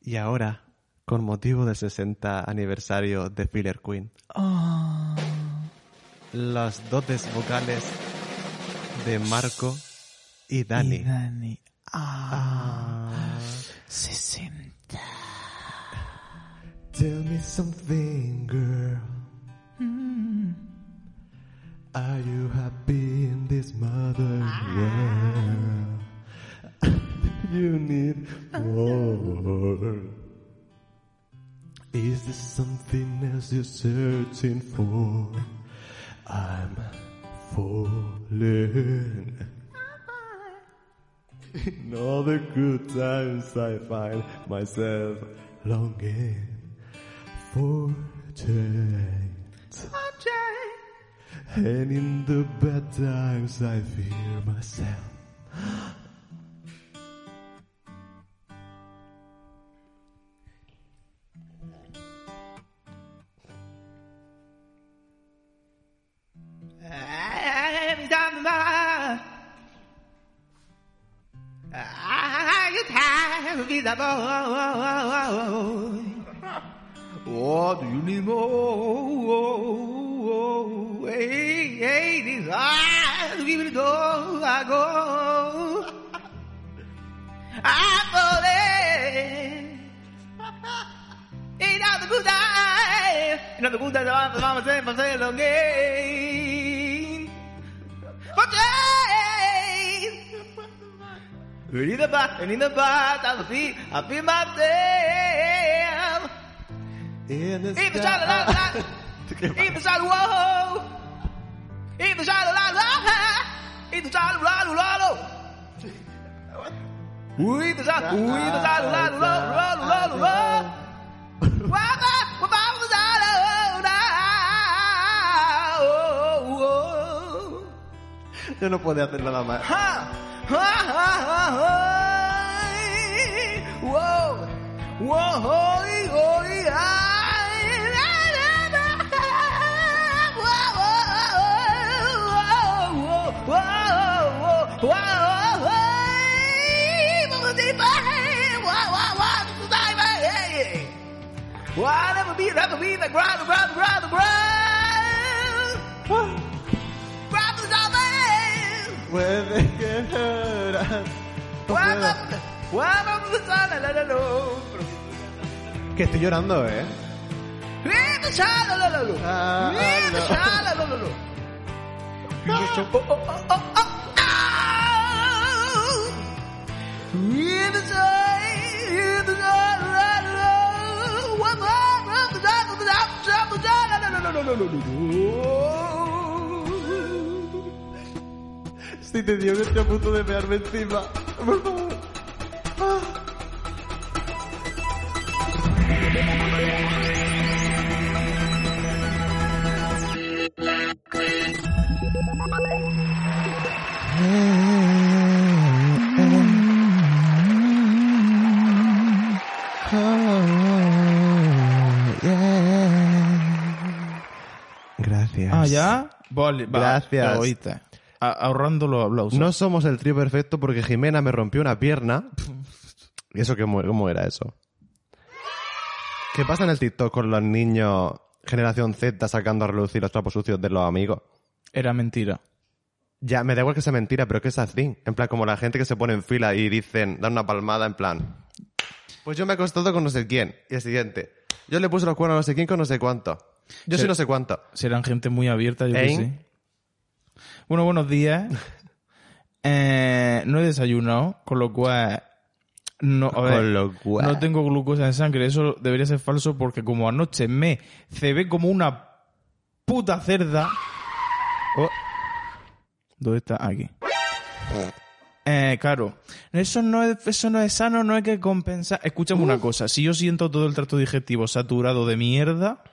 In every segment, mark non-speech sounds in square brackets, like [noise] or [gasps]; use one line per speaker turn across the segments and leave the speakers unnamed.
Y ahora, con motivo del 60 aniversario de Filler Queen,
Oh,
las dotes vocales de Marco y Dani.
Y Dani. Ah,
Ah.
60.
Tell me something, girl.
Mm.
Are you happy in this mother world? [laughs] you need more. Is there something else you're searching for? I'm falling. In all the good times I find myself longing for change. And in the bad times I fear myself.
What do you need more? Hey, hey, this eyes, give it a go, I go. I'm falling. Ain't out the good life. Ain't out the good life, I'm mama saying, I'm saying again. For days. And in the bath, and in the bath, I feel, I feel myself.
In the
Even shot a lot, lot. Even shot whoa. Even shot a lot, lot. Even shot a lot, lot. Even shot, even shot a lot, lot, lot, lot, lot. Wapa, wapa, was out of now.
Yo no podía hacer nada más.
Ha, ha, ha, ha, ha. Whoa. Whoa, holy, holy, ay, la, la, la. Whoa, whoa, whoa, whoa, whoa, whoa, whoa, ay, what was it, ay, wah, wah, wah, this is my, my, ay, ay. Well, I'll never be, never be the ground, the ground, the ground, the ground. Ground is all mine.
Puede que lloras.
Welcome, welcome to the sun and let it know.
Que estoy llorando, eh.
Leave the child alone.
Ah,
Leave the
no.
child alone. Oh, oh, oh, oh, oh, Ah. oh. Leave the child, leave the child alone. One more, one more time, one more time, one more time. No, no, no, no, no, no, no.
Si te digo que estoy a punto de pegarme encima. Por favor. Gracias.
Ah, ya. Vale, va,
Gracias.
lo oíste. A- ahorrando los aplausos.
No somos el trío perfecto porque Jimena me rompió una pierna. ¿Y eso qué, mu- cómo era eso? ¿Qué pasa en el TikTok con los niños generación Z sacando a relucir los trapos sucios de los amigos?
Era mentira.
Ya, me da igual que sea mentira, pero es que es así. En plan, como la gente que se pone en fila y dicen, dan una palmada en plan. Pues yo me he acostado con no sé quién. Y el siguiente. Yo le puse los cuernos a no sé quién con no sé cuánto. Yo soy
Sí.
no sé cuánto.
Serán gente muy abierta, yo que
¿Eh?
sí. Bueno,
[laughs]
buenos días. Eh, no he desayunado, con lo cual... No, a ver,
Con lo cual.
no tengo glucosa en sangre. Eso debería ser falso porque como anoche me cebé como una puta cerda... Oh. ¿Dónde está? Aquí. Eh, claro, eso no, es, eso no es sano, no hay que compensar. Escúchame una cosa, si yo siento todo el tracto digestivo saturado de mierda,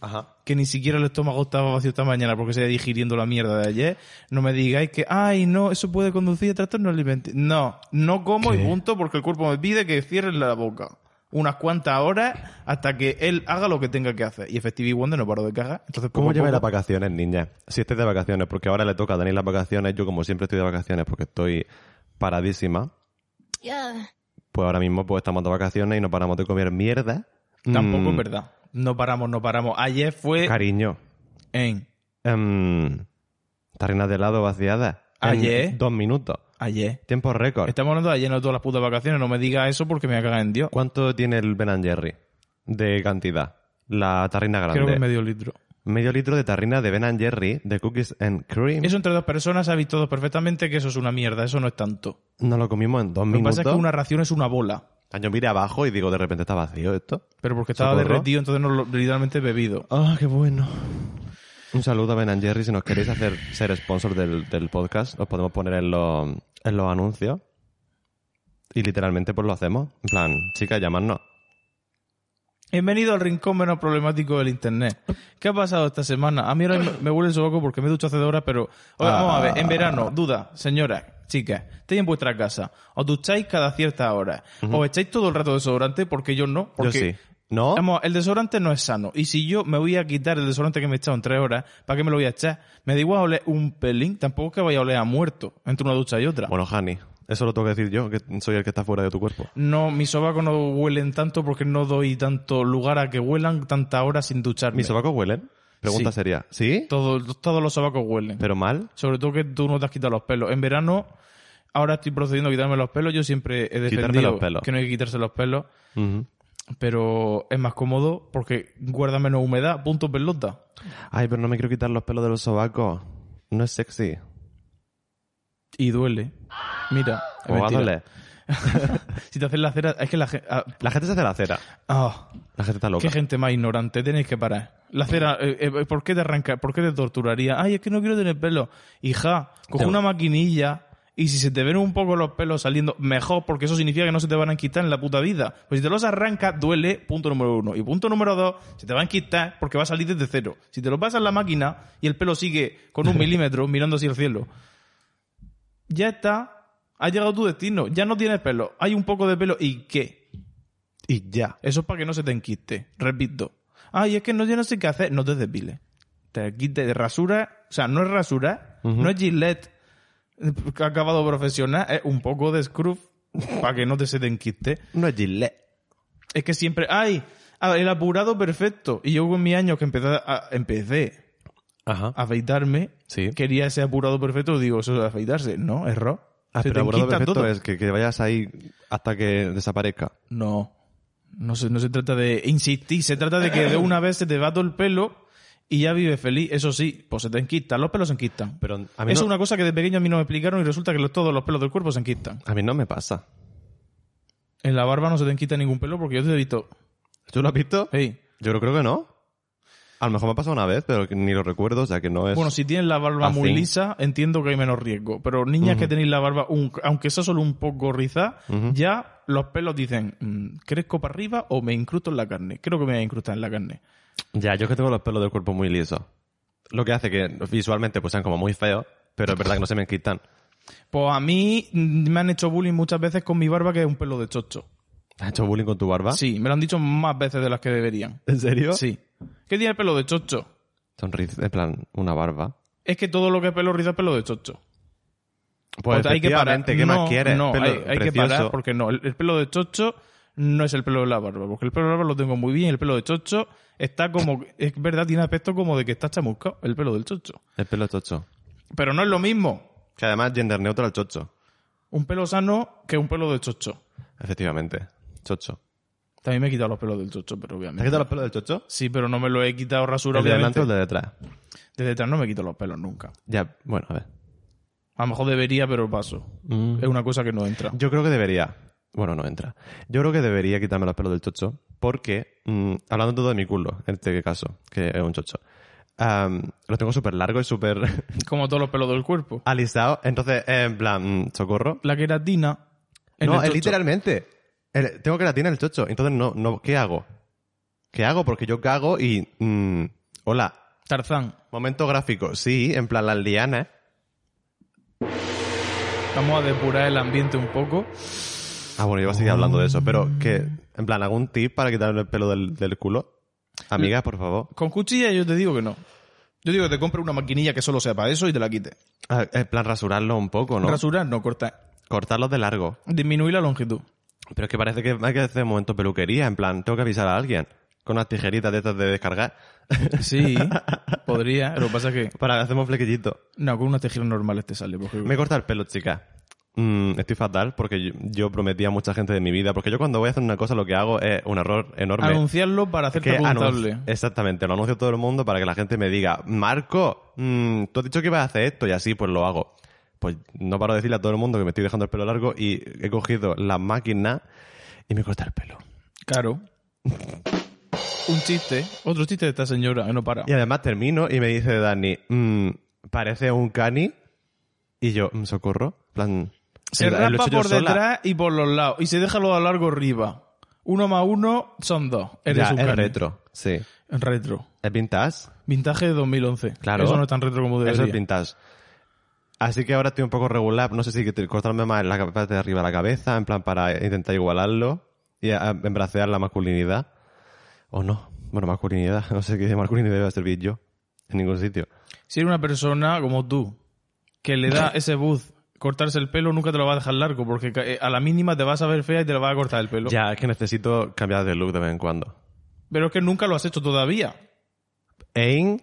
Ajá.
que ni siquiera el estómago estaba vacío esta mañana porque se iba digiriendo la mierda de ayer, no me digáis que, ay, no, eso puede conducir a trastornos alimenticios. No, no como
¿Qué?
y punto porque el cuerpo me pide que cierre la boca unas cuantas horas hasta que él haga lo que tenga que hacer. Y Effective Wonder no paró de cagar. Entonces, poco
¿Cómo
a
lleváis las
poco-
vacaciones, niña? Si estáis de vacaciones, porque ahora le toca a Dani las vacaciones, yo como siempre estoy de vacaciones porque estoy paradísima, pues ahora mismo pues estamos de vacaciones y no paramos de comer mierda.
Tampoco
Mm,
es verdad. No paramos, no paramos. Ayer fue
Cariño.
en...
Em, tarrinas de helado vaciadas. en
Ayer.
dos minutos.
Ayer.
Tiempo récord.
Estamos hablando de ayer, no de todas las putas vacaciones. No me digas eso porque me voy a cagar en Dios.
¿Cuánto tiene el Ben and Jerry de cantidad? La tarrina grande.
Creo que es medio litro.
Medio litro de tarrina de Ben and Jerry de Cookies and Cream.
Eso entre dos personas sabéis todos perfectamente que eso es una mierda. Eso no es tanto.
No lo comimos en dos
Lo que
minutos.
pasa es que una ración es una bola.
Yo miré abajo y digo, de repente está vacío esto.
Pero porque estaba
¿Socorro?
derretido, entonces no lo literalmente he bebido.
Ah, qué bueno. Un saludo a Ben and Jerry. Si nos queréis
[laughs]
hacer ser sponsor del, del podcast, os podemos poner en, los- en los anuncios. Y literalmente pues lo hacemos. En plan, chica, llamadnos.
Bienvenido al rincón menos problemático del internet. ¿Qué ha pasado esta semana? A mí ahora me- me huele el sobaco porque me he duchado hace dos horas, pero. Oye,
Ah.
Vamos a ver, en verano, duda, señoras, chicas, estáis en vuestra casa, os ducháis cada cierta hora, os echáis todo el rato desodorante porque yo no, porque.
Yo sí. ¿No?
Vamos, el desodorante no es sano. Y si yo me voy a quitar el desodorante que me he echado en tres horas, ¿para qué me lo voy a echar? Me da igual oler un pelín, tampoco es que vaya a oler a muerto entre una ducha y otra.
Bueno, Hani, eso lo tengo que decir yo, que soy el que está fuera de tu cuerpo.
No, mis sobacos no huelen tanto porque no doy tanto lugar a que huelan tanta hora sin ducharme.
¿Mis sobacos huelen? Pregunta
Sí.
sería, ¿sí?
Todo- todos los sobacos huelen.
¿Pero mal?
Sobre todo que tú no te has quitado los pelos. En verano, ahora estoy procediendo a quitarme los pelos. Yo siempre he defendido
Quitarme los pelos.
que no hay que quitarse los pelos,
Ujú.
pero es más cómodo porque guarda menos humedad. Punto pelota.
Ay, pero no me quiero quitar los pelos de los sobacos. No es sexy.
Y duele. Mira, es
¿Cómo va a
mentira.
doler?
si te haces la cera, es que la ah, gente.
La gente se hace la cera. La gente está loca.
Qué gente más ignorante, tenéis que parar. La cera, eh, eh, ¿por qué te arranca? ¿Por qué te torturaría? Ay, es que no quiero tener pelo. Hija, coge
Te-
una maquinilla y si se te ven un poco los pelos saliendo, mejor, porque eso significa que no se te van a quitar en la puta vida. Pues si te los arranca, duele, punto número uno. Y punto número dos, se te van a quitar porque va a salir desde cero. Si te lo pasas en la máquina y el pelo sigue con
[laughs]
un milímetro mirando hacia el cielo, ya está. Has llegado a tu destino, ya no tienes pelo, hay un poco de pelo y qué.
Y ya.
Eso es para que no se te enquiste, repito. Ay, es que no, yo no sé qué hacer. No te desviles. Te quites de rasura. O sea, no es rasura, no es Gillette eh, que ha acabado profesional, es un poco de scruff para que no te se te enquiste.
No es Gillette.
Es que siempre, ay, ah, el apurado perfecto. Y yo con mis años que empecé a, empecé
Ajá.
a afeitarme,
Sí.
quería ese apurado perfecto, digo, eso es afeitarse. No, error.
Ah,
Se
pero
te
abordado
enquista
perfecto
todo.
es que, que vayas ahí hasta que desaparezca.
No. No se, no se trata de insistir, se trata de que de una vez se te va todo el pelo y ya vives feliz. Eso sí, pues se te enquistan, los pelos se enquistan.
Pero a mí,
Eso es
no,
una cosa que de pequeño a mí no me explicaron y resulta que los- todos los pelos del cuerpo se enquistan.
a mí no me pasa.
En la barba no se te enquista ningún pelo porque yo te he visto.
¿Tú lo has visto?
Hey.
Yo creo que no. A lo mejor me ha pasado una vez, pero que ni lo recuerdo, o sea que no es...
Bueno, si tienes la barba
Pues, así.
muy lisa, entiendo que hay menos riesgo. Pero niñas que tenéis la barba, un- aunque sea solo un poco riza, ya los pelos dicen, mm, ¿crezco para arriba o me incrusto en la carne? Creo que me voy a incrustar en la carne.
Ya, yo es que tengo los pelos del cuerpo muy lisos. Lo que hace que visualmente pues sean como muy feos, pero es verdad que no se me quitan.
Pues a mí mm, me han hecho bullying muchas veces con mi barba que es un pelo de chocho.
¿Has hecho bullying con tu barba?
Sí, me lo han dicho más veces de las que deberían.
¿En serio?
Sí. ¿Qué tiene el pelo de chocho?
Sonrisa, en plan, una barba.
Es que todo lo que es pelo rizo es pelo de chocho.
Pues
O sea, hay que parar.
efectivamente, ¿qué
No,
más quieres?
No,
Pelo
hay, hay que
precioso.
parar porque no. El, el pelo de chocho no es el pelo de la barba, porque el pelo de la barba lo tengo muy bien. El pelo de chocho está como... Es verdad, tiene aspecto como de que está chamuscado el pelo del chocho.
El pelo chocho.
Pero no es lo mismo
Que además gender neutral al chocho.
un pelo sano que un pelo de chocho.
Efectivamente. Chocho.
También me he quitado los pelos del chocho, pero
¿Te
obviamente...
has quitado los pelos del chocho?
Sí, pero no me lo he quitado rasura,
¿El de delante
obviamente.
o el de detrás?
Desde detrás no me quito los pelos nunca.
Ya, bueno, a ver. Mm.
A lo mejor debería, pero paso. Es una cosa que no entra.
Yo creo que debería. Bueno, no entra. Yo creo que debería quitarme los pelos del chocho porque, mm, hablando todo de mi culo, en este caso, que es un chocho, am, lo tengo súper largo y súper [laughs]
Como todos los pelos del cuerpo.
alisado. Entonces, eh, en plan, mm, socorro.
La queratina. en
no,
el
eh,
chocho.
literalmente. el- tengo queratina en el chocho. Entonces, no, no, ¿qué hago? ¿Qué hago? Porque yo cago y... mm, hola.
Tarzán.
Momento gráfico. Sí, en plan, las lianas.
Vamos a depurar el ambiente un poco.
Ah, bueno, yo iba a seguir hablando de eso, pero que, en plan, ¿algún tip para quitarme el pelo del, del culo? Amigas, por favor.
Con cuchilla yo te digo que no. Yo digo que te compre una maquinilla que solo sea para eso y te la quite.
Ah, En plan, rasurarlo un poco, ¿no?
Rasurar, no cortar.
Cortarlo de largo.
Disminuir la longitud.
Pero es que parece que hay que hacer un momento peluquería, en plan, tengo que avisar a alguien. Con unas tijeritas de estas de descargar. [laughs]
Sí, podría. Lo que pasa es que.
para hacerme un flequillito.
No, con unas tijeras normales te sale. porque-
Me he cortado el pelo, chica. Mm, estoy fatal porque yo, yo prometí a mucha gente de mi vida. Porque yo cuando voy a hacer una cosa lo que hago es un error enorme.
Anunciarlo para hacerte
que
apuntable.
anuncio- exactamente, lo anuncio a todo el mundo para que la gente me diga, Marco, mm, tú has dicho que ibas a hacer esto y así pues lo hago. Pues no paro de decirle a todo el mundo que me estoy dejando el pelo largo y he cogido la máquina y me he cortado el pelo.
Claro. Un chiste. Otro chiste de esta señora que no para.
Y además termino y me dice Dani, mm, parece un cani. Y yo, mm, socorro. En plan,
Se
en- en- lo he
raspa
hecho yo
por
sola.
detrás y por los lados. Y se deja lo a largo arriba. Uno más uno son dos. Eres
Ya,
un
es
cani.
retro, sí.
¿eh? Retro.
Es vintage.
Vintage de 2011.
Claro.
Eso no es tan retro como debería.
Eso es vintage. Así que ahora estoy un poco regular. No sé si te- cortarme más en la capa- parte de arriba de la cabeza, en plan para intentar igualarlo y a- a- embracear la masculinidad. O no. Bueno, masculinidad. [laughs] No sé qué de masculinidad iba a servir yo. En ningún sitio.
Si eres una persona como tú, que le da ese buzz, cortarse el pelo nunca te lo va a dejar largo, porque ca- eh, a la mínima te vas a ver fea y te lo vas a cortar el pelo.
Ya, es que necesito cambiar de look de vez en cuando.
Pero es que nunca lo has hecho todavía.
¿Ein?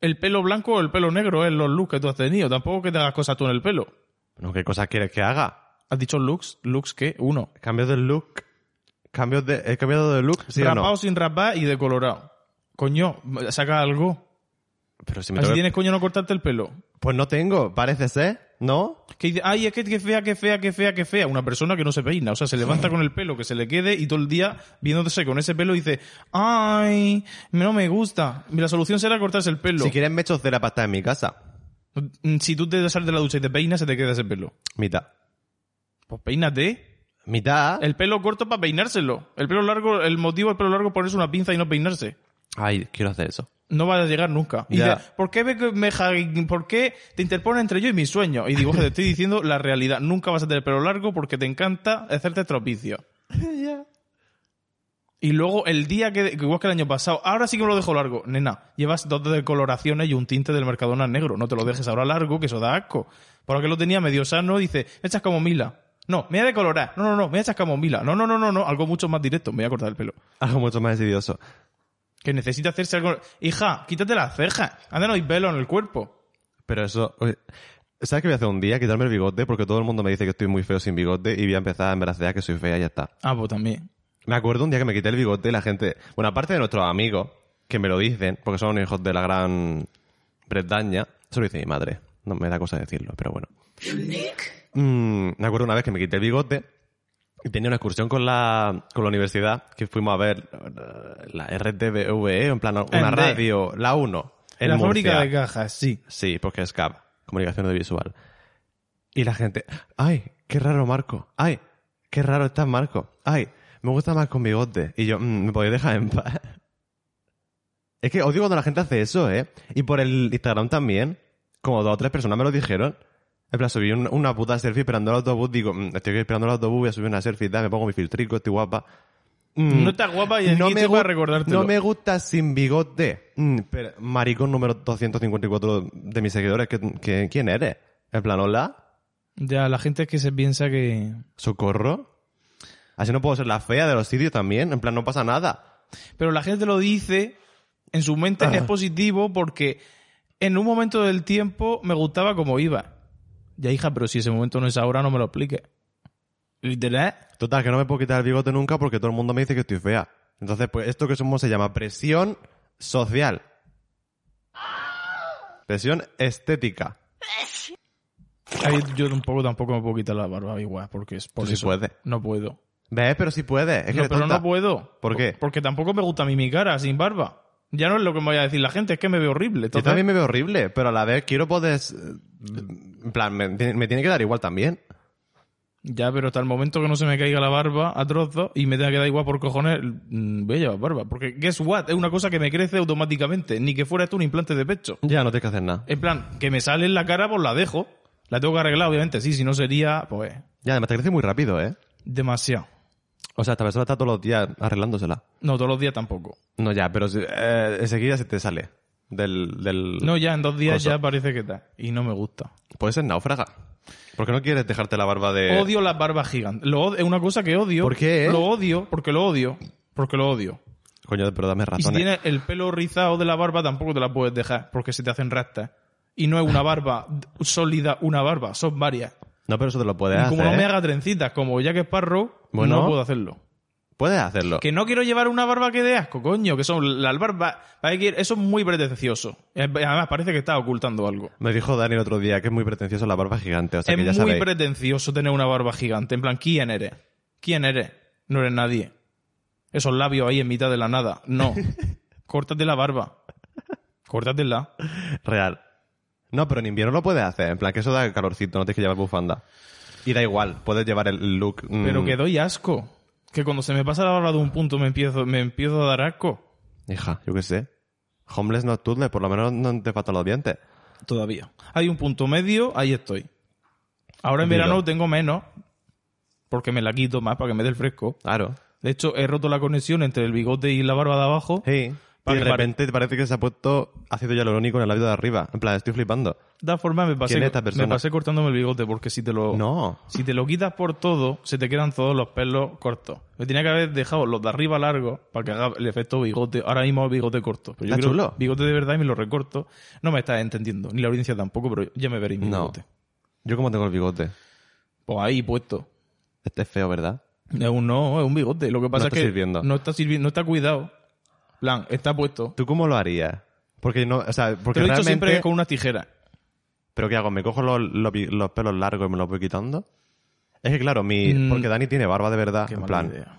El pelo blanco o el pelo negro es los looks que tú has tenido. Tampoco que te hagas cosas tú en el pelo.
No, ¿qué cosas quieres que haga?
¿Has dicho looks? ¿Looks qué? Uno.
Cambio de look. Cambio de, ¿He cambiado de look? Sí o
rapado
no.
sin rapar y decolorado. Coño, saca algo.
Pero si me
Así
tengo-
tienes coño no cortarte el pelo.
Pues no tengo, parece ser. ¿No?
Que dice, ay, es que qué fea, qué fea, qué fea, qué fea. Una persona que no se peina, o sea, se levanta con el pelo que se le quede y todo el día viéndose con ese pelo dice, ay, no me gusta. La solución será cortarse el pelo.
Si quieres me echo cera para estar en mi casa.
Mm, Si tú te sales de la ducha y te peinas, se te queda ese pelo.
Mitad.
Pues peínate.
Mitad.
El pelo corto para peinárselo. El pelo largo, el motivo del pelo largo es ponerse una pinza y no peinarse.
Ay, quiero hacer eso.
No vas a llegar nunca. Y
Ya.
dice, ¿por qué, me, me ja- ¿por qué te interpones entre yo y mis sueños? Y digo, "Ojo, te estoy diciendo la realidad. Nunca vas a tener pelo largo porque te encanta hacerte tropicios. Y luego el día que, que igual que el año pasado, ahora sí que me lo dejo largo. Nena, llevas dos decoloraciones y un tinte del Mercadona negro. No te lo dejes ahora largo, que eso da asco. Por que lo tenía medio sano, dice, me echas camomila. No, me voy a decolorar. No, no, no, me voy a echar camomila. No, no, no, no, no, algo mucho más directo. Me voy a cortar el pelo.
Algo mucho más decidioso.
Que necesita hacerse algo. Hija, quítate las cejas. Anda, no hay pelo en el cuerpo.
Pero eso... oye, ¿Sabes qué voy a hacer un día? Quitarme el bigote porque todo el mundo me dice que estoy muy feo sin bigote y voy a empezar a embracear que soy fea y ya está.
Ah, pues también.
Me acuerdo un día que me quité el bigote y la gente... Bueno, aparte de nuestros amigos, que me lo dicen, porque son hijos de la gran Bretaña, eso lo dice mi madre. No me da cosa decirlo, pero bueno. Mm, me acuerdo una vez que me quité el bigote y tenía una excursión con la, con la universidad que fuimos a ver eh, la RTVE, E, en plan una
En D.
radio, la 1. En
la fábrica
Murcia.
de cajas, sí.
Sí, porque es CAP, comunicación audiovisual. Y la gente, ay, qué raro Marco, ay, qué raro estás Marco, ay, me gusta más con bigote. Y yo, "Mm, me podéis dejar en paz. [laughs] Es que odio cuando la gente hace eso, ¿eh? Y por el Instagram también, como dos o tres personas me lo dijeron. En plan, subí un- una puta selfie esperando el autobús, digo, "Mm, estoy aquí esperando el autobús, voy a subir una selfie, tal, me pongo mi filtrico, estoy guapa. Mm,
No estás guapa y aquí estoy para
gu-
recordártelo.
no me gusta sin bigote. Mm, pero, maricón número 254 de mis seguidores, ¿qué- qué- ¿quién eres? En plan, hola,
Ya, la gente es que se piensa que.
socorro. Así no puedo ser la fea de los sitios también. En plan, no pasa nada.
Pero la gente lo dice, en su mente es positivo porque en un momento del tiempo me gustaba como iba. Ya, hija, pero si ese momento no es ahora, no me lo expliques. Literal.
Total, que no me puedo quitar el bigote nunca porque todo el mundo me dice que estoy fea. Entonces, pues esto que somos se llama presión social. Presión estética.
Ahí yo tampoco, tampoco me puedo quitar la barba igual, porque es por
Tú sí
eso.
puedes.
No puedo.
¿Ves? Pero sí puedes. Es que
No,
eres
pero
tonta.
no puedo.
¿Por qué?
Porque tampoco me gusta a mí mi cara sin barba. Ya no es lo que me vaya a decir la gente, es que me veo horrible.
Yo
Entonces,
también me veo horrible, pero a la vez quiero poder... s- En plan, me, tiene- me tiene que dar igual también.
Ya, pero hasta el momento que no se me caiga la barba a trozos y me tenga que dar igual por cojones, mm, voy a llevar barba. Porque, guess what? Es una cosa que me crece automáticamente. Ni que fuera esto un implante de pecho.
Ya no tienes que hacer nada.
En plan, que me sale en la cara, pues la dejo. La tengo que arreglar, obviamente. Sí, si no sería, pues,
Ya, además te crece muy rápido, ¿eh?
demasiado.
O sea, esta persona está todos los días arreglándosela.
No, todos los días tampoco.
No, ya, pero si- eh, enseguida se te sale del... del...
No, ya en dos días
Cosa.
ya parece que tal. Y no me gusta.
Puedes ser náufraga. Porque no quieres dejarte la barba de...
Odio las barbas gigantes. Lo od- es una cosa que odio.
Eh, ¿Por qué? eh?
Lo odio, porque lo odio. Porque lo odio.
Coño, pero dame
Y si
razones.
tienes el pelo rizado de la barba, tampoco te la puedes dejar, porque se te hacen rastas. Y no es una barba sólida, una barba, son varias.
No, pero eso te lo
Y
puedes hacer.
como no me
¿eh?
haga trencitas, como Jack Sparrow,
Bueno.
no puedo hacerlo.
Puedes hacerlo.
Que no quiero llevar una barba que dé asco, coño, que son las barbas. parece que- Eso es muy pretencioso. Eh, Además, parece que está ocultando algo.
Me dijo Dani el otro día que es muy pretencioso la barba gigante. O sea,
es
que ya
muy
sabéis.
pretencioso tener una barba gigante. En plan, ¿quién eres? ¿Quién eres? No eres nadie. Esos labios ahí en mitad de la nada.
[laughs]
No. Córtate la barba. Córtatela.
Real. No, pero en invierno lo puedes hacer. En plan, que eso da calorcito, no tienes que llevar bufanda. Y da igual, puedes llevar el look. mm,
Pero que doy asco. Que cuando se me pasa la barba de un punto me empiezo, me empiezo a dar asco.
Hija, yo qué sé. Homeless no toothless, por lo menos no te faltan los dientes.
Todavía. Hay un punto medio, ahí estoy. Ahora en
Dilo.
verano tengo menos. Porque me la quito más para que me dé el fresco.
Claro.
De hecho, he roto la conexión entre el bigote y la barba de abajo.
Sí. Y
Vale,
de
vale.
repente te parece que se ha puesto ácido hialurónico en el labio de arriba. En plan, estoy flipando.
De todas formas, me pasé,
¿Quién es esta persona?
me pasé cortándome el bigote porque si te lo...
No.
Si te lo quitas por todo, se te quedan todos los pelos cortos. Me tenía que haber dejado los de arriba largos para que haga el efecto bigote. Ahora mismo es bigote corto. Pero yo
Está
quiero
chulo.
Bigote de verdad y me lo recorto. No me estás entendiendo, ni la audiencia tampoco, pero ya me veréis mi
No.
bigote.
Yo como tengo el bigote.
Pues ahí puesto.
Este es feo, ¿verdad?
Es un no, es un bigote. Lo que pasa
No
es
está
que
sirviendo.
no está sirviendo, no está cuidado. Plan, está puesto.
¿Tú cómo lo harías? Porque no, o sea, porque
Te lo he
realmente...
dicho siempre con una tijera.
¿Pero qué hago? ¿Me cojo los, los pi- los pelos largos y me los voy quitando? Es que claro, mi,
Mm.
porque Dani tiene barba de verdad,
Qué
Ah, en
mala
plan,
idea.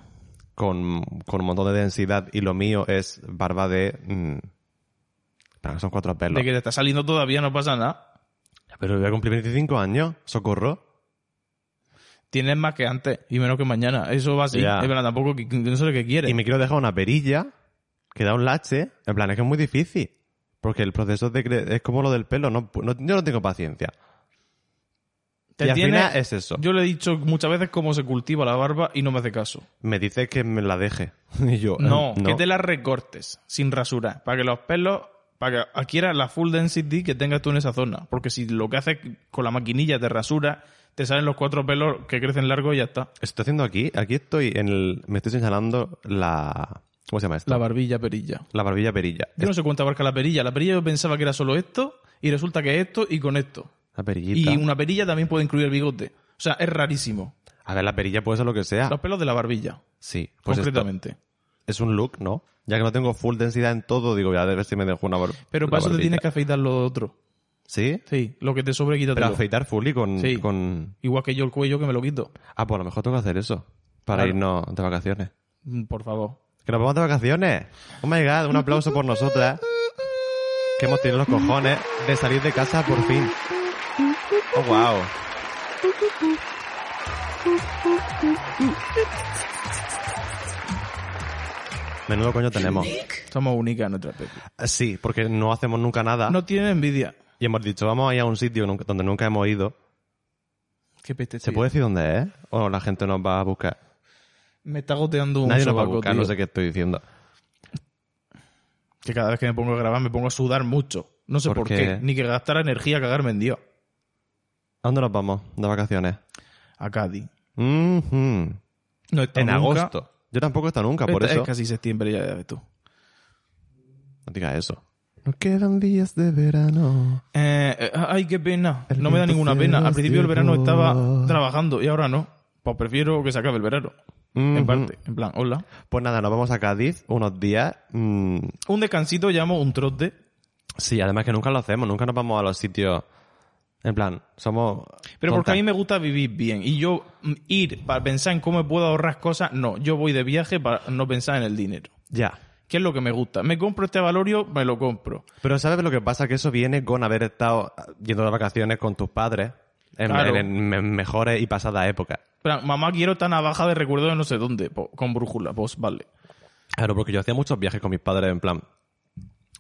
con, con un montón de densidad, y lo mío es barba de... mm, en plan, son cuatro pelos.
De que te está saliendo todavía no pasa nada.
Pero voy a cumplir 25 años, socorro.
Tienes más que antes y menos que mañana. Eso va así.
Ya.
Es verdad, tampoco que- que no sé lo que quieres.
Y me quiero dejar una perilla que da un lache. En plan, es que es muy difícil. Porque el proceso de cre- es como lo del pelo, no, pu- no- yo no tengo paciencia.
Te
y al
tiene-
final es eso.
Yo le he dicho muchas veces cómo se cultiva la barba y no me hace caso.
Me dice que me la deje. [laughs] y yo,
Mm, No,
eh,
que te la recortes sin rasurar, para que los pelos, para que adquieras la full density que tengas tú en esa zona. Porque si lo que haces con la maquinilla te rasura, te salen los cuatro pelos que crecen largos y ya está.
Estoy haciendo aquí, aquí estoy en el. Me estoy señalando la. ¿Cómo se llama esto?
La barbilla perilla.
La barbilla perilla.
Yo no sé cuánto abarca la perilla. La perilla yo pensaba que era solo esto y resulta que es esto y con esto.
La perillita.
Y una perilla también puede incluir el bigote. O sea, es rarísimo.
A ver, la perilla puede ser lo que sea.
Los pelos de la barbilla,
Sí, pues esto
concretamente.
es un look, ¿no? Ya que no tengo full densidad en todo, digo, ya a ver si me dejo una bar-
Pero
una
para eso te
barbilla.
tienes que afeitar lo otro.
¿Sí?
Sí, lo que te sobre quita
Pero afeitar full y con,
Sí.
con.
Igual que yo el cuello que me lo quito.
Ah, pues a lo mejor tengo que hacer eso. Para
Claro.
irnos de vacaciones.
Mm, Por favor.
¡Que nos vamos de vacaciones! ¡Oh my god! Un aplauso por nosotras. Que hemos tenido los cojones de salir de casa por fin. ¡Oh, wow! Menudo coño tenemos.
Somos únicas en nuestra especie.
Sí, porque no hacemos nunca nada.
No tienen envidia.
Y hemos dicho, vamos a ir a un sitio nunca- donde nunca hemos ido.
Qué peste.
¿Se
tío.
puede decir dónde es? ¿O la gente nos va a buscar?
Me está goteando un
Nadie nos va a
sobaco,
buscar,
tío.
no sé qué estoy diciendo.
Que cada vez que me pongo a grabar me pongo a sudar mucho. No sé
¿Por
por,
qué?
qué? Ni que gastar energía a cagarme en Dios.
¿A dónde nos vamos de vacaciones?
A Cádiz.
Mhm.
No he estado
En
nunca.
agosto. Yo tampoco está nunca, por
Esta-
eso.
Es casi septiembre ya, ya ves tú.
No digas eso. Nos quedan días de verano.
Eh, eh, ay, qué pena.
El
No me da
viento
ninguna
se
pena. Al
nos
principio del verano
llevó.
estaba trabajando y ahora no. Pues prefiero que se acabe el verano. En
Ujú.
parte. En plan, hola.
Pues nada, nos vamos a Cádiz unos días. mm,
Un descansito llamo un trote.
Sí, además que nunca lo hacemos, nunca nos vamos a los sitios. En plan, somos.
Pero
tontas.
porque a mí me gusta vivir bien. Y yo mm, ir para pensar en cómo puedo ahorrar cosas, no. Yo voy de viaje para no pensar en el dinero.
Ya.
¿Qué es lo que me gusta? ¿Me compro este Valorio? Me lo compro.
Pero ¿sabes lo que pasa? Que eso viene con haber estado yendo de vacaciones con tus padres en,
Claro.
en- en mejores y pasadas épocas.
Pero, mamá, quiero esta navaja de recuerdo de no sé dónde. po- con brújula, pues vale.
Claro, porque yo hacía muchos viajes con mis padres en plan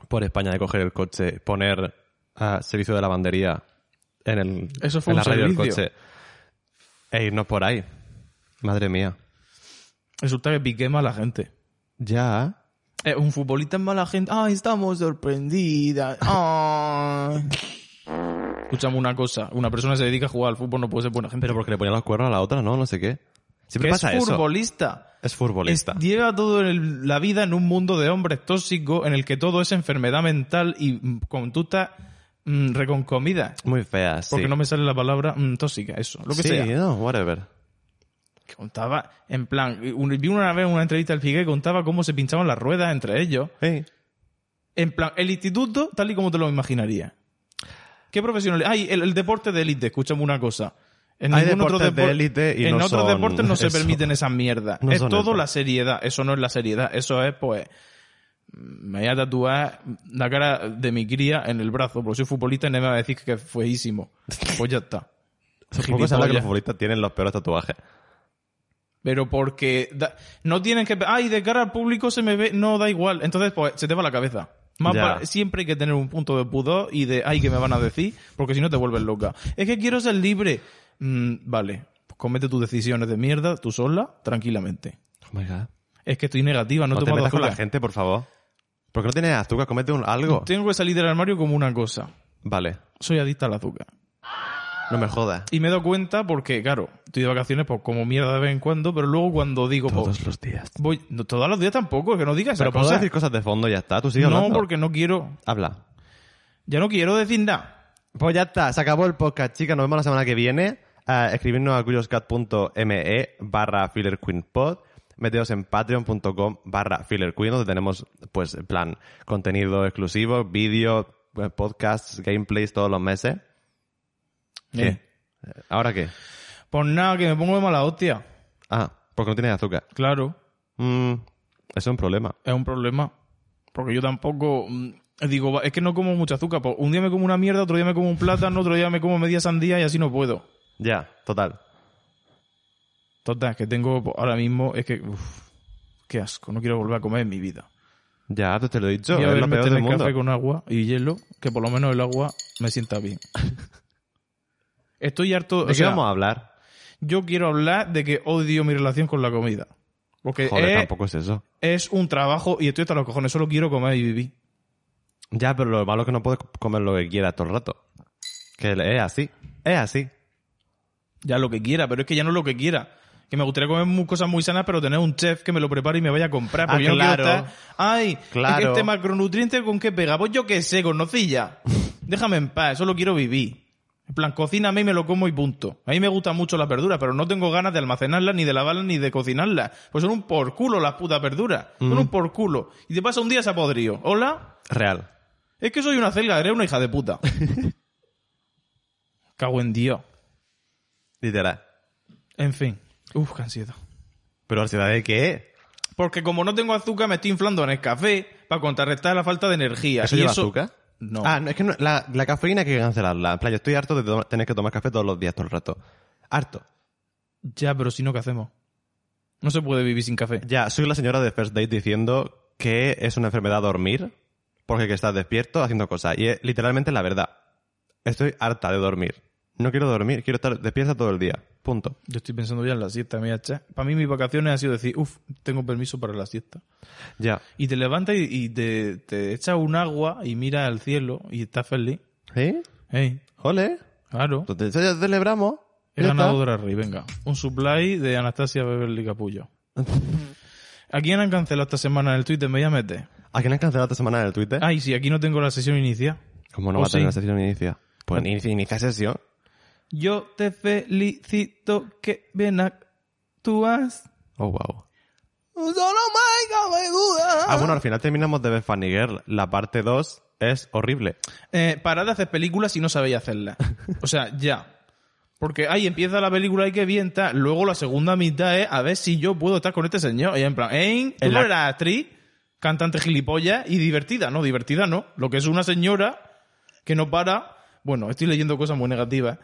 por España de coger el coche, poner ah, servicio de lavandería en el
Eso fue
en
un
la radio del
servicio.
coche e irnos por ahí. Madre mía.
Resulta que piqué mala gente.
Ya.
Eh, un futbolista es mala gente. ¡Ay, estamos sorprendidas! ¡Ay! Escúchame una cosa. Una persona que se dedica a jugar al fútbol no puede ser buena gente.
Pero porque le ponían los cuernos a la otra, ¿no? No sé qué. Siempre
Que es
pasa eso.
futbolista.
Es futbolista.
Es- lleva toda la vida en un mundo de hombres tóxicos en el que todo es enfermedad mental y mm, conducta mm, reconcomida.
Muy fea, sí.
Porque no me sale la palabra mm, tóxica, eso. Lo que
sí,
sea.
no, whatever.
que contaba, en plan, un- vi una vez una entrevista al Figué que contaba cómo se pinchaban las ruedas entre ellos.
Ey.
En plan, el instituto tal y como te lo imaginaría. ¿Qué profesionales? Ay, el, el deporte de élite, escúchame una cosa. En
Hay
ningún
deportes de élite y
En
no
otros
son
deportes no se
eso.
permiten esas mierdas.
No
es
son
todo
eso.
la seriedad. Eso no es la seriedad. Eso es, pues, me voy a tatuar la cara de mi cría en el brazo, porque soy futbolista y nadie me va a decir que es feísimo. Pues ya está.
Tampoco se habla que
Gilipollas.
los futbolistas tienen los peores tatuajes.
Pero porque da- no tienen que... Ay, de cara al público se me ve... No, da igual. Entonces, pues, se te va la cabeza. Más
Ya.
vale- siempre hay que tener un punto de pudor y de... Ay, que me van a decir? Porque si no te vuelves loca. Es que quiero ser libre. Mm, vale. Pues comete tus decisiones de mierda tú sola, tranquilamente.
Oh my god.
Es que estoy negativa, no,
No, te
tomo
metas con la
azúcar.
gente, por favor. ¿Por qué no tienes azúcar? Comete un algo.
Tengo que salir del armario como una cosa.
Vale.
Soy adicta al azúcar.
No me jodas.
Y me he dado cuenta porque, claro, estoy de vacaciones pues, como mierda de vez en cuando, pero luego cuando digo... pues,
los días.
voy... no, todos los días tampoco, es que no digas
Pero
esas
puedo
cosas.
decir cosas de fondo y ya está. Tú sigue
No,
hablando.
porque no quiero.
Habla.
Ya no quiero decir nada.
Pues ya está. Se acabó el podcast, chicas. Nos vemos la semana que viene. Eh, escribidnos a curioscat.me barra fillerqueenpod. Meteos en patreon.com barra fillerqueen, donde tenemos, pues, en plan, contenido exclusivo, vídeo, eh, podcasts, gameplays todos los meses.
Eh,
¿Qué? ¿Ahora qué?
Pues nada, que me pongo de mala hostia.
Ah, porque no tienes azúcar.
Claro,
Mm, eso es un problema.
es un problema. Porque yo tampoco. mm, Digo, va, es que no como mucha azúcar. Pues un día me como una mierda, otro día me como un plátano, otro día me como media sandía y así no puedo.
Ya, total.
Total, que tengo pues, ahora mismo. Es que. Uf, qué asco, no quiero volver a comer en mi vida.
Ya, pues te lo he dicho.
Voy a
es lo
beberme
peor
té
del
Nescafé
mundo.
con agua y hielo, que por lo menos el agua me
[laughs]
sienta bien. Estoy harto.
¿De
o
qué
sea,
vamos a hablar?
yo quiero hablar de que odio mi relación con la comida. Porque
Joder,
es,
tampoco es eso.
es un trabajo y estoy hasta los cojones, solo quiero comer y vivir.
Ya, pero lo malo es que no puedes comer lo que quieras todo el rato. Que es así. Es así.
Ya lo que quiera, pero es que ya no es lo que quiera. Que me gustaría comer mu- cosas muy sanas, pero tener un chef que me lo prepare y me vaya a comprar. Porque
Ah,
yo no quiero
claro.
estar, Ay,
Claro.
es que este macronutriente con qué pega. Pues yo qué sé,
[laughs]
con nocilla. Déjame en paz, solo quiero vivir. En plan, cocíname y me lo como y punto. A mí me gustan mucho las verduras, pero no tengo ganas de almacenarlas, ni de lavarlas, ni de cocinarlas. Pues son un por culo las putas verduras. Son
Mm.
un por culo. Y te pasa un día se ha podrido. Hola,
Real.
Es que soy una celga, eres una hija de
[laughs]
puta. Cago en Dios.
Literal.
En fin. Uf, qué ansiedad.
¿Pero ansiedad de qué?
Porque como no tengo azúcar, me estoy inflando en el café para contrarrestar la falta de energía.
¿Eso
Y
lleva azúcar?
No.
Ah, no, es que no- la, la cafeína hay que cancelarla. En plan, yo estoy harto de to- tener que tomar café todos los días, todo el rato. Harto.
Ya, pero si no, ¿qué hacemos? No se puede vivir sin café.
Ya, soy la señora de First Date diciendo que es una enfermedad dormir porque que estás despierto haciendo cosas. Y es literalmente la verdad. Estoy harta de dormir. No quiero dormir, quiero estar despierta todo el día. Punto.
Yo estoy pensando ya en la siesta, mira, cha. Para mí mis vacaciones ha sido decir, uff, tengo permiso para la siesta.
Ya.
Y te levantas y, y te, te echas un agua y miras al cielo y estás feliz.
¿Eh?
Ey,
Ole.
claro.
Entonces ya celebramos.
He
Pues, Ya
ganado
está.
Dora Rey, venga. Un supply de Anastasia Beverly
[laughs]
Capullo. ¿A quién han cancelado esta semana en el Twitter? Me voy a meter.
¿A quién han cancelado esta semana en el Twitter?
Ay, sí, aquí no tengo la sesión inicial.
Como no
Oh,
va a tener
sí.
la sesión inicia. Pues inicia, inicia sesión.
Yo te felicito que bien actúas.
Oh, wow.
Solo Maica me gusta.
Ah, bueno, al final terminamos de ver Funny Girl. La parte 2 es horrible.
Eh, parad de hacer películas si no sabéis hacerlas. O sea, ya. Porque ahí empieza la película y que bien tal. Luego la segunda mitad es a ver si yo puedo estar con este señor. Y en plan, ¿eh? ¿Tú
En
no
la-
eras actriz? cantante gilipollas y divertida. No, divertida no. Lo que es una señora que no para. Bueno, estoy leyendo cosas muy negativas.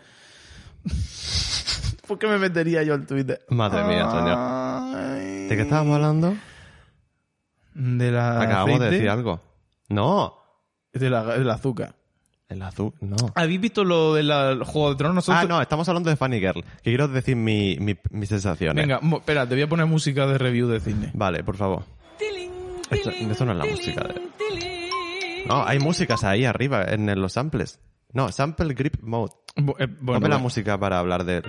[laughs] ¿Por qué me metería yo al Twitter?
Madre mía, señor.
Ay.
¿De qué estábamos hablando?
Mm.
De la
Acabamos de
aceite,
decir algo. No.
de la- del azúcar.
El azul. No.
¿Habéis visto lo del Juego de Tronos? Nosotros-
Ah, no, estamos hablando de Funny Girl. Que quiero decir mi, mi- mis sensaciones.
Venga, mo- espera, te voy a poner música de review de cine.
Vale, por favor. Esto, esto no es la música de... No, hay músicas ahí arriba, en el- los samples. No, sample grip mode.
Bu- eh, bueno,
Ponme la
bueno.
música para hablar de...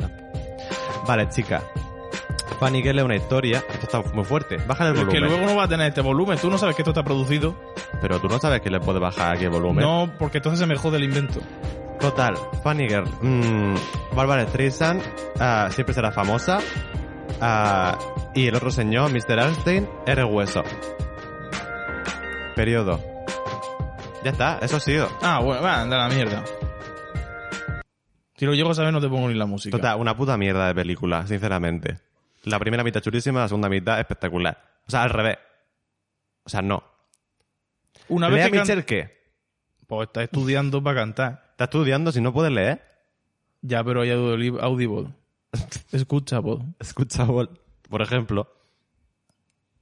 Vale, chica. Funny Girl es una historia. Esto está muy fuerte. Bájale el
Pero es que
volumen.
luego no va a tener este volumen. Tú no sabes que esto está producido.
Pero tú no sabes que le puedes bajar a qué volumen.
No, porque entonces se me jode el invento.
Total, Funny Girl. mm, Barbara Streisand ah, siempre será famosa. Ah, y el otro señor, Mr. Einstein, era el hueso. Periodo. Ya está, eso ha sido.
Ah, bueno, va, anda a la mierda. Si lo llego a saber, no te pongo ni la música.
Total, una puta mierda de película, sinceramente. La primera mitad chulísima, la segunda mitad espectacular. O sea, al revés. O sea, no.
Una
¿Lea
vez que can-
Mitchell qué?
Pues está estudiando para cantar.
¿Está estudiando si no puedes leer? [laughs]
Ya, pero hay audiolib- Audible. Escucha, pod.
Escucha, Walt, por ejemplo.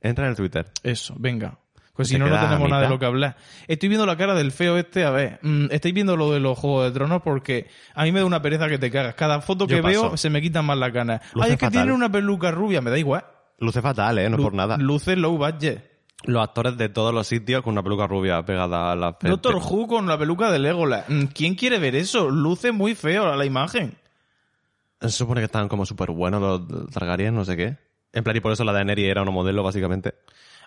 Entra en el Twitter.
Eso, venga. Pues
Te
si no, no
queda a
tenemos nada de
mitad.
lo que hablar. Estoy viendo la cara del feo este, a ver. mm, estáis viendo lo de los Juegos de Tronos porque a mí me da una pereza que te cagas. Cada foto
Yo
que veo
paso.
se me quitan más las ganas.
Luce
Ay, es que
fatal.
tiene una peluca rubia, me da igual.
Luce fatal, ¿eh? No
Lu-
por nada.
Luces low budget.
los actores de todos los sitios con una peluca rubia pegada a la frente.
Doctor Who con la peluca de Legolas. Mm, ¿Quién quiere ver eso? Luce muy feo la- la imagen.
Se supone que estaban como súper buenos los Targaryen, no sé qué. En plan, y por eso la de Daenerys era un modelo, básicamente.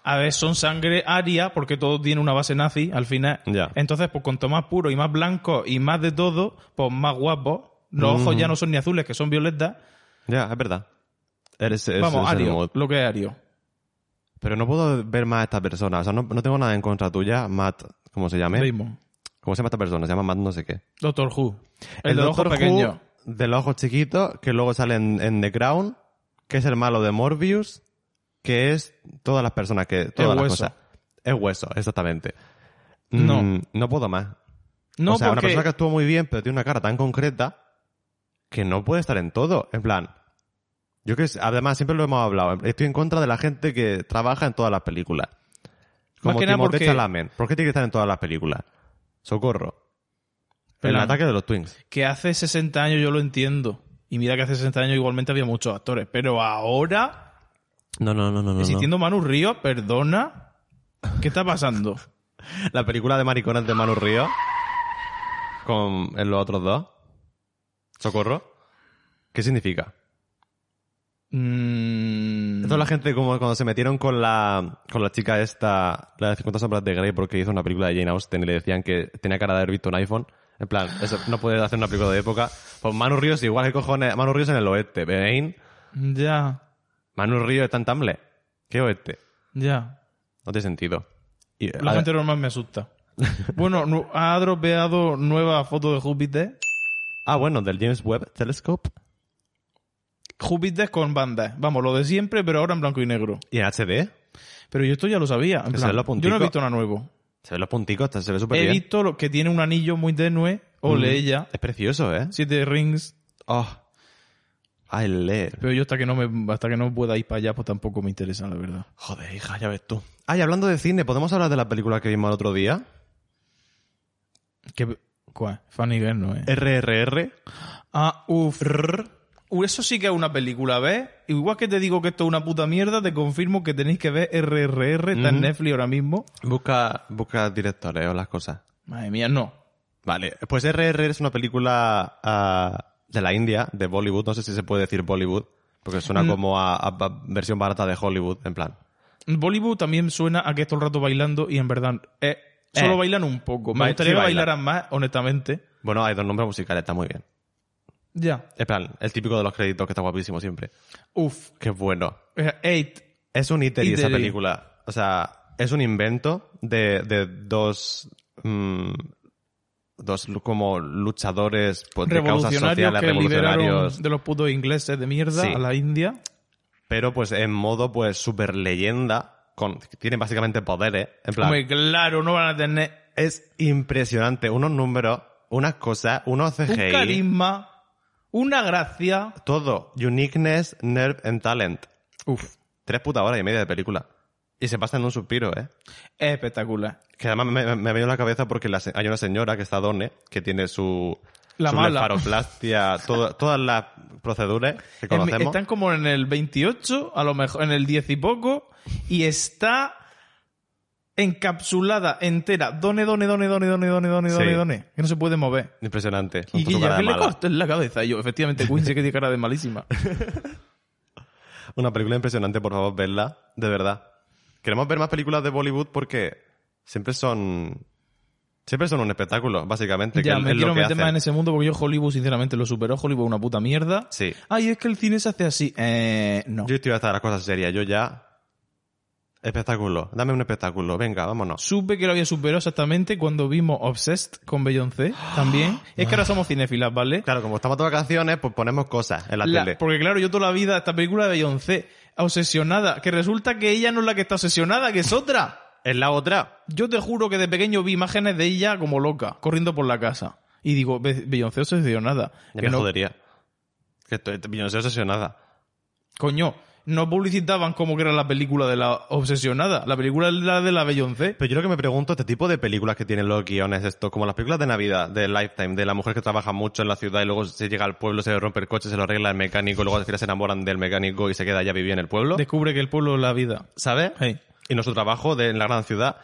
A ver, son sangre aria porque todo tiene una base nazi al final.
Ya.
Entonces, pues cuanto más puro y más blanco y más de todo, pues más guapo. Los
Mm.
ojos ya no son ni azules, que son violetas.
Ya, es verdad. Eres, es-
Vamos,
es el
ario,
mod.
lo que es ario.
Pero no puedo ver más a esta persona. O sea, no, no tengo nada en contra tuya, Matt. ¿Cómo se llame?
Raymond.
¿Cómo se llama esta persona? Se llama Matt no sé qué.
Doctor Who. El, de los ojos
Doctor Who,
pequeños.
De los ojos chiquitos, que luego sale en, en The Crown, que es el malo de Morbius, que es todas las personas que. Todas las
hueso.
cosas. Es hueso, exactamente.
No.
Mm, no puedo más.
No,
o sea, una
porque...
persona que estuvo muy bien, pero tiene una cara tan concreta que no puede estar en todo. En plan, yo que sé, además siempre lo hemos hablado. Estoy en contra de la gente que trabaja en todas las películas. Como
que nada
Timothée
porque-
Chalamet. ¿Por qué tiene que estar en todas las películas? Socorro. El
Espera.
ataque de los Twins.
que hace 60 años yo lo entiendo. Y mira que hace 60 años igualmente había muchos actores. Pero ahora,
No, no, no, no.
existiendo Manu Río, perdona. ¿Qué está pasando?
La película de maricones de Manu Río con en los otros dos. Socorro. ¿Qué significa?
Mm,
Esto es la gente como cuando se metieron con la, con la chica esta, la de 50 sombras de Grey, porque hizo una película de Jane Austen y le decían que tenía cara de haber visto un iPhone. En plan, eso no puede hacer una película de época. Pues Manu Ríos igual, que cojones? Manu Ríos en el oeste, Bane.
Ya,
Manu Ríos está en Tamble. ¿Qué oeste?
ya.
No tiene sentido. Y,
La
Eh, a-
gente normal
[laughs]
me asusta. Bueno, nu- ha dropeado nueva foto de Júpiter.
Ah, bueno, del James Webb Telescope.
Júpiter con bandas. Vamos, lo de siempre, pero ahora en blanco y negro.
Y en HD.
Pero yo esto ya lo sabía. en
Que se ve
plan,
lo
yo no he
puntico.
visto nada nuevo.
Se ven los punticos, este se ve súper
He
bien.
visto lo que tiene un anillo muy tenue. Ole
Mm.
ella.
Es precioso, ¿eh?
Siete rings.
Oh. Ay, leer.
Pero yo hasta que no me hasta que no pueda ir para allá, pues tampoco me interesa, la verdad.
Joder, hija, ya ves tú. Ay, hablando de cine, ¿podemos hablar de la película que vimos el otro día?
¿Qué, Er ¿Cuál? Fanny Girl no es.
RRR.
Ah, uff. Uh, Eso sí que es una película, ¿ves? Igual que te digo que esto es una puta mierda, te confirmo que tenéis que ver RRR, está en
Ujú.
Netflix ahora mismo.
Busca, busca directores o las cosas.
Madre mía, no.
Vale, pues RRR es una película ah, de la India, de Bollywood. No sé si se puede decir Bollywood, porque suena
Mm.
como a, a- a versión barata de Hollywood, en plan.
Bollywood también suena a que todo el rato bailando y en verdad eh, solo
Eh.
bailan un poco. Me
Ba-
gustaría
sí
que
bailan.
bailaran más, honestamente.
Bueno, hay dos nombres musicales, está muy bien.
Ya.
En plan, el típico de los créditos que está guapísimo siempre.
Uf.
Qué bueno.
Eh, Eight.
Es un iteri esa
Iteri.
película. O sea, es un invento de, de dos. mm, dos lu- como luchadores pues, de causas
Revolucionarios
sociales,
que liberaron
revolucionarios.
de los putos ingleses de mierda
Sí.
a la India.
Pero pues en modo pues super leyenda. con, tienen básicamente poderes. En plan,
Hombre, claro, no van a tener
es impresionante. Unos números, unas cosas, unos
un
CGI.
carisma, una gracia.
Todo. Uniqueness, nerve and talent.
Uf.
Tres putas horas y media de película. Y se pasa en un suspiro, ¿eh?
Es espectacular.
Que además me, me- me ha venido a la cabeza porque la se- hay una señora que está Donne, que tiene su...
La
su
mala.
blefaroplastia, todo- todas las proceduras que
[laughs] Es mi-
conocemos.
Están como en el 28, a lo mejor en el 10 y poco, y está encapsulada entera. Done, done, done, done, done, done, done,
Sí.
done, done. Que no se puede mover.
Impresionante. Con
Y
tu
que
cara
ya
de
que le
mala.
cortó en la cabeza. Y yo, efectivamente, Quincy, que tiene cara de malísima.
[laughs] Una película impresionante, por favor, verla, de verdad. Queremos ver más películas de Bollywood porque siempre son. Siempre son un espectáculo, básicamente.
ya,
que
me
es lo
quiero
que
meter más
hacen.
en ese mundo porque yo Hollywood, sinceramente, lo superó. Hollywood es una puta mierda.
Sí.
Ay, es que el cine se hace así. Eh, no.
Yo estoy hasta de las cosas serias, yo ya. Espectáculo, dame un espectáculo, venga, vámonos.
Supe que lo había superado exactamente cuando vimos Obsessed con Beyoncé [gasps] también. es que ahora somos cinéfilas, ¿vale?
Claro, como estamos de vacaciones, pues ponemos cosas en la,
La-
tele.
Porque claro, yo toda la vida, esta película de Beyoncé, obsesionada, que resulta que ella no es la que está obsesionada, que es otra.
Es la otra.
Yo te juro que de pequeño vi imágenes de ella como loca, corriendo por la casa. Y digo, "Be- Beyoncé obsesionada.
Ya
que
me
no,
jodería. Que estoy, yo no estoy obsesionada.
coño, no publicitaban como que era la película de la obsesionada. La película es la de la Beyoncé.
Pero yo lo que me pregunto, este tipo de películas que tienen los guiones, esto, como las películas de Navidad, de Lifetime, de la mujer que trabaja mucho en la ciudad y luego se llega al pueblo, se le rompe el coche, se lo arregla el mecánico, luego al final se enamoran del mecánico y se queda ya vivir en el pueblo,
Descubre que el pueblo es la vida.
¿sabes?
Hey.
Y nuestro trabajo de, en la gran ciudad,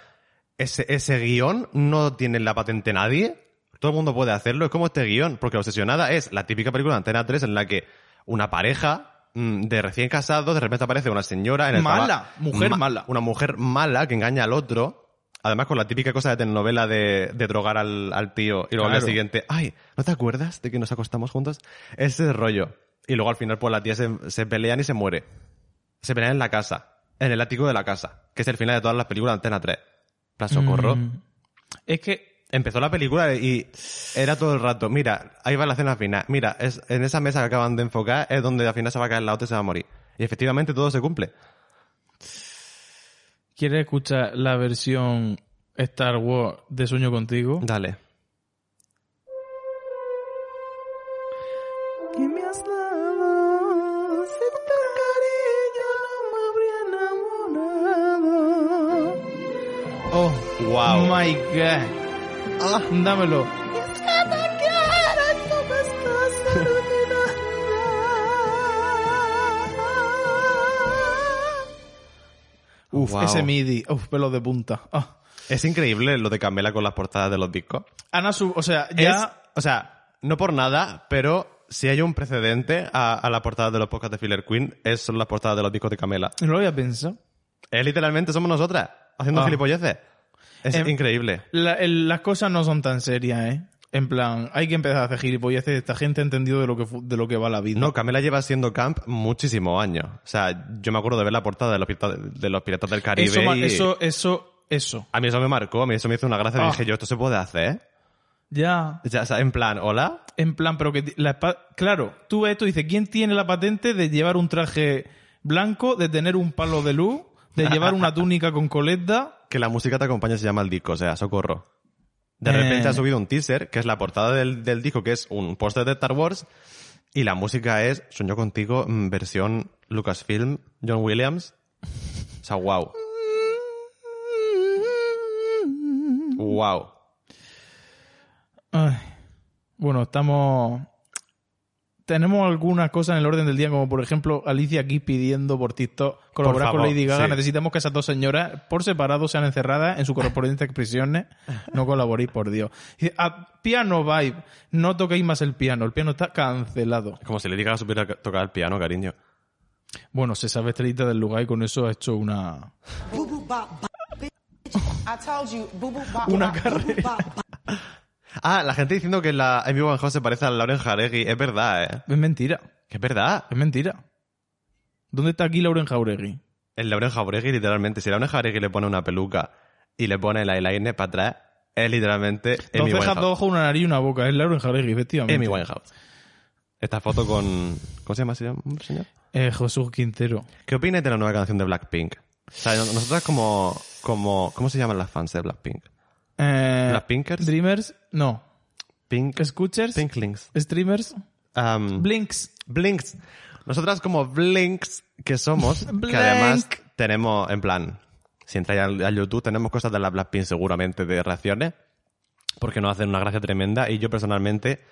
ese, ese guión no tiene la patente nadie, todo el mundo puede hacerlo, es como este guión, porque Obsesionada es la típica película de Antena 3 en la que una pareja mm, de recién casados, de repente aparece una señora en el
Mala,
traba-
mujer mala.
una mujer mala que engaña al otro. Además, con la típica cosa de telenovela de, de drogar al, al tío y luego al día
Claro.
siguiente, ay, ¿no te acuerdas de que nos acostamos juntos? Ese rollo. Y luego al final, pues las tías se, se pelean y se muere. Se pelean en la casa, en el ático de la casa, que es el final de todas las películas de Antena 3. En Plan socorro.
Mm. Es que
Empezó la película y era todo el rato, mira, ahí va la escena final, mira, es, en esa mesa que acaban de enfocar es donde al final se va a caer la otra y se va a morir. Y efectivamente todo se cumple.
¿Quieres escuchar la versión Star Wars de Sueño Contigo?
Dale.
Que me has dado, si tu cariño no me habría enamorado.
Oh,
Wow.
my god. Ah, Dámelo.
Es que te quiero y tú me estás olvidando.
Uf,
Wow.
ese MIDI. Uf, pelos de punta. Ah.
Es increíble lo de Camela con las portadas de los discos.
Ana Sub, o sea, ya.
Es- o sea, no por nada, pero si hay un precedente a, a las portadas de los podcasts de Filler Queen, es, son las portadas de los discos de Camela.
No lo había pensado.
Es literalmente somos nosotras, haciendo
Ah.
gilipolleces. Es
Em,
increíble.
La- el- las cosas no son tan serias, ¿eh? En plan, hay que empezar a hacer gilipolleces. Esta gente ha entendido de lo que, fu- de lo que va la vida.
No, Camela lleva siendo camp muchísimos años. O sea, yo me acuerdo de ver la portada de los, pirata- de los Piratas del Caribe.
eso, ma-
y-
eso, eso, eso.
A mí eso me marcó, a mí eso me hizo una gracia. y
Ah.
Dije yo, esto se puede hacer.
Ya.
Ya, o sea, en plan, hola.
En plan, pero que ti- la espa- claro, tú ves esto y dices, ¿quién tiene la patente de llevar un traje blanco, de tener un palo de luz, de llevar
[laughs]
una túnica con coleta?
Que la música te acompaña se llama el disco, o sea, socorro. De
Eh.
repente ha subido un teaser, que es la portada del, del disco, que es un póster de Star Wars, y la música es Sueño contigo, mm, versión Lucasfilm, John Williams. O sea, wow.
[laughs]
Wow.
Ay. Bueno, estamos tenemos algunas cosas en el orden del día, como por ejemplo Alicia aquí pidiendo por TikTok colaborar
Por favor,
con Lady Gaga.
sí.
Necesitamos que esas dos señoras por separado sean
[laughs]
encerradas en sus correspondientes prisiones. No colaboréis, por Dios. Dice, "A piano vibe, no toquéis más el piano, el piano está cancelado.
Como si le diga a supiera tocar el piano, cariño.
Bueno, se sabe estrellita del lugar y con eso ha hecho una...
Boo boo bop bop. bitch. I told you, boo boo bop
Una
bop.
carrera.
boo, boo, bop, bop.
Ah, la gente diciendo que la Amy Winehouse se parece a Lauren Jaregui. Es verdad, ¿eh?
Es mentira,
Que es verdad.
es mentira. ¿Dónde está aquí Lauren Jauregui?
El Lauren Jauregui, literalmente. Si Lauren Jauregui le pone una peluca y le pone el eyeliner para atrás, es literalmente
Dos
Amy
cejas, dos
Winehouse.
ojos, una nariz y una boca. Es Lauren Jauregui, efectivamente.
Amy Winehouse. Esta foto con... ¿Cómo se llama ese señor?
Eh, Jesús Quintero.
¿Qué opináis de la nueva canción de Blackpink? O sea, no- nosotras como, como... ¿Cómo se llaman las fans de Blackpink?
Eh,
¿Las Pinkers?
Dreamers, no.
Pink...
Escuchers,
Pinklings.
streamers,
Um,
blinks.
Blinks. Nosotras como Blinks que somos,
Blink.
que además tenemos, en plan, si entráis al- a YouTube, tenemos cosas de la Blackpink seguramente de reacciones, porque nos hacen una gracia tremenda y yo personalmente,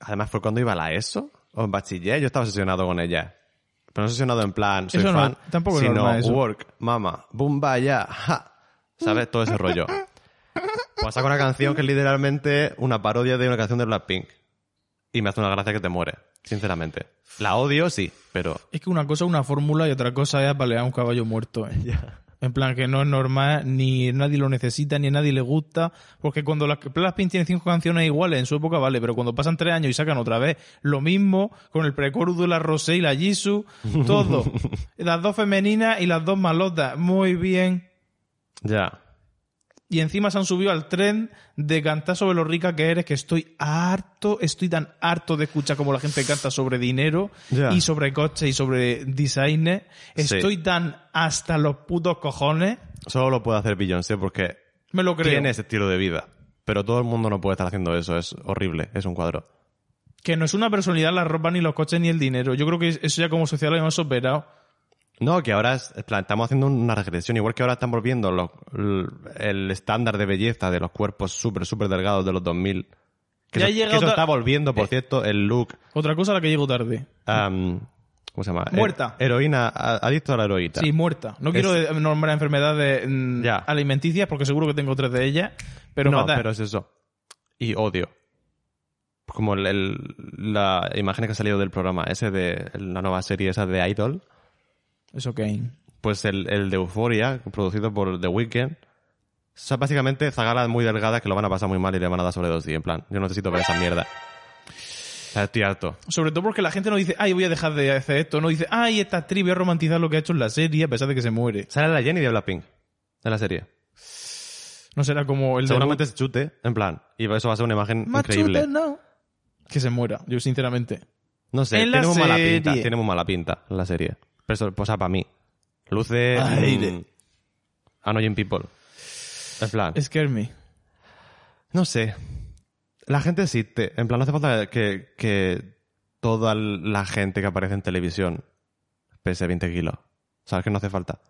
además fue cuando iba a la ESO o en bachiller, yo estaba obsesionado con ella. Pero no obsesionado en plan, soy
Eso no,
fan,
tampoco es
sino
normal eso.
work, mama, boom, vaya, ja, ¿sabes? Todo ese rollo. Pues saca una canción que es literalmente una parodia de una canción de Blackpink. Y me hace una gracia que te muere, sinceramente. La odio, sí, pero
Es que una cosa es una fórmula y otra cosa es balear un caballo muerto. eh. En plan, que no es normal, ni nadie lo necesita, ni a nadie le gusta. Porque cuando las Blackpink tiene cinco canciones iguales en su época, vale, pero cuando pasan tres años y sacan otra vez lo mismo, con el precoro de la Rosé y la Jisoo, todo. las dos femeninas y las dos malotas, muy bien.
ya.
Y encima se han subido al tren de cantar sobre lo rica que eres, que estoy harto, estoy tan harto de escuchar como la gente canta sobre dinero
Ya.
y sobre coches y sobre designes.
Sí.
Estoy tan hasta los putos cojones.
Solo lo puede hacer Beyoncé porque
Me lo creo.
tiene ese estilo de vida. Pero todo el mundo no puede estar haciendo eso, es horrible, es un cuadro.
Que no es una personalidad la ropa, ni los coches, ni el dinero. Yo creo que eso ya como sociedad lo hemos superado.
No, que ahora es- en plan, estamos haciendo una regresión, igual que ahora están volviendo los- l- el estándar de belleza de los cuerpos súper, súper delgados de los 2000. Que, eso,
Ya ha llegado
que eso
otra- Eh,
está volviendo, por cierto, el look
Otra cosa a la que llego tarde.
Am, ¿Cómo se llama? Eh,
Muerta.
heroína, a- adicto a la heroína.
Sí, muerta. No quiero eh, nombrar enfermedades mm,
Ya.
alimenticias porque seguro que tengo tres de ellas. Pero,
no,
fatal.
pero es eso. Y odio. Como el- el- la imagen que ha salido del programa, ese de la nueva serie esa de Idol,
Eso Kane.
pues el, el de Euforia, producido por The Weeknd, son básicamente zagalas muy delgadas que lo van a pasar muy mal y le van a dar sobre dos en plan, yo necesito ver esa mierda. O sea, Estoy harto.
Sobre todo porque la gente no dice, ay, voy a dejar de hacer esto. No dice, ay, esta actriz voy a romantizar lo que ha hecho en la serie a pesar de que se muere.
Sale la Jenny de Blackpink en la serie.
No será como el de...
Seguramente se chute, en plan, y eso va a ser una imagen increíble.
Machuta, no. Que se muera, yo sinceramente.
No sé,
En la
tiene muy mala pinta.
serie.
Tiene muy mala pinta la serie. Pero eso, pues, para mí. Luce.
Aire.
mm, annoying people. En plan.
Scare me.
No sé. La gente existe. En plan, no hace falta que, que toda la gente que aparece en televisión pese 20 kilos. ¿Sabes que no hace falta?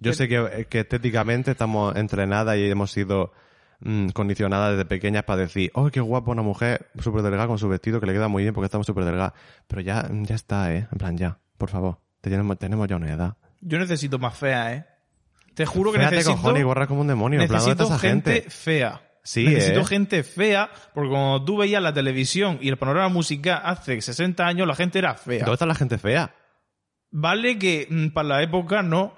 Yo sé que, que estéticamente estamos entrenadas y hemos sido mm, condicionadas desde pequeñas para decir, oh, qué guapo una mujer súper delgada con su vestido que le queda muy bien porque estamos súper delgada. Pero ya, ya está, ¿eh? En plan, ya, por favor. Tenemos, tenemos ya una edad.
Yo necesito más fea, ¿eh? Te juro que
Fíjate,
necesito...
cojones, y gorra como un demonio. En plan, ¿dónde
Necesito
está esa
gente,
gente?
fea.
Sí,
Necesito
¿eh?
gente fea, porque cuando tú veías la televisión y el panorama musical hace 60 años, la gente era fea.
¿Dónde está la gente fea?
Vale que mm, para la época no,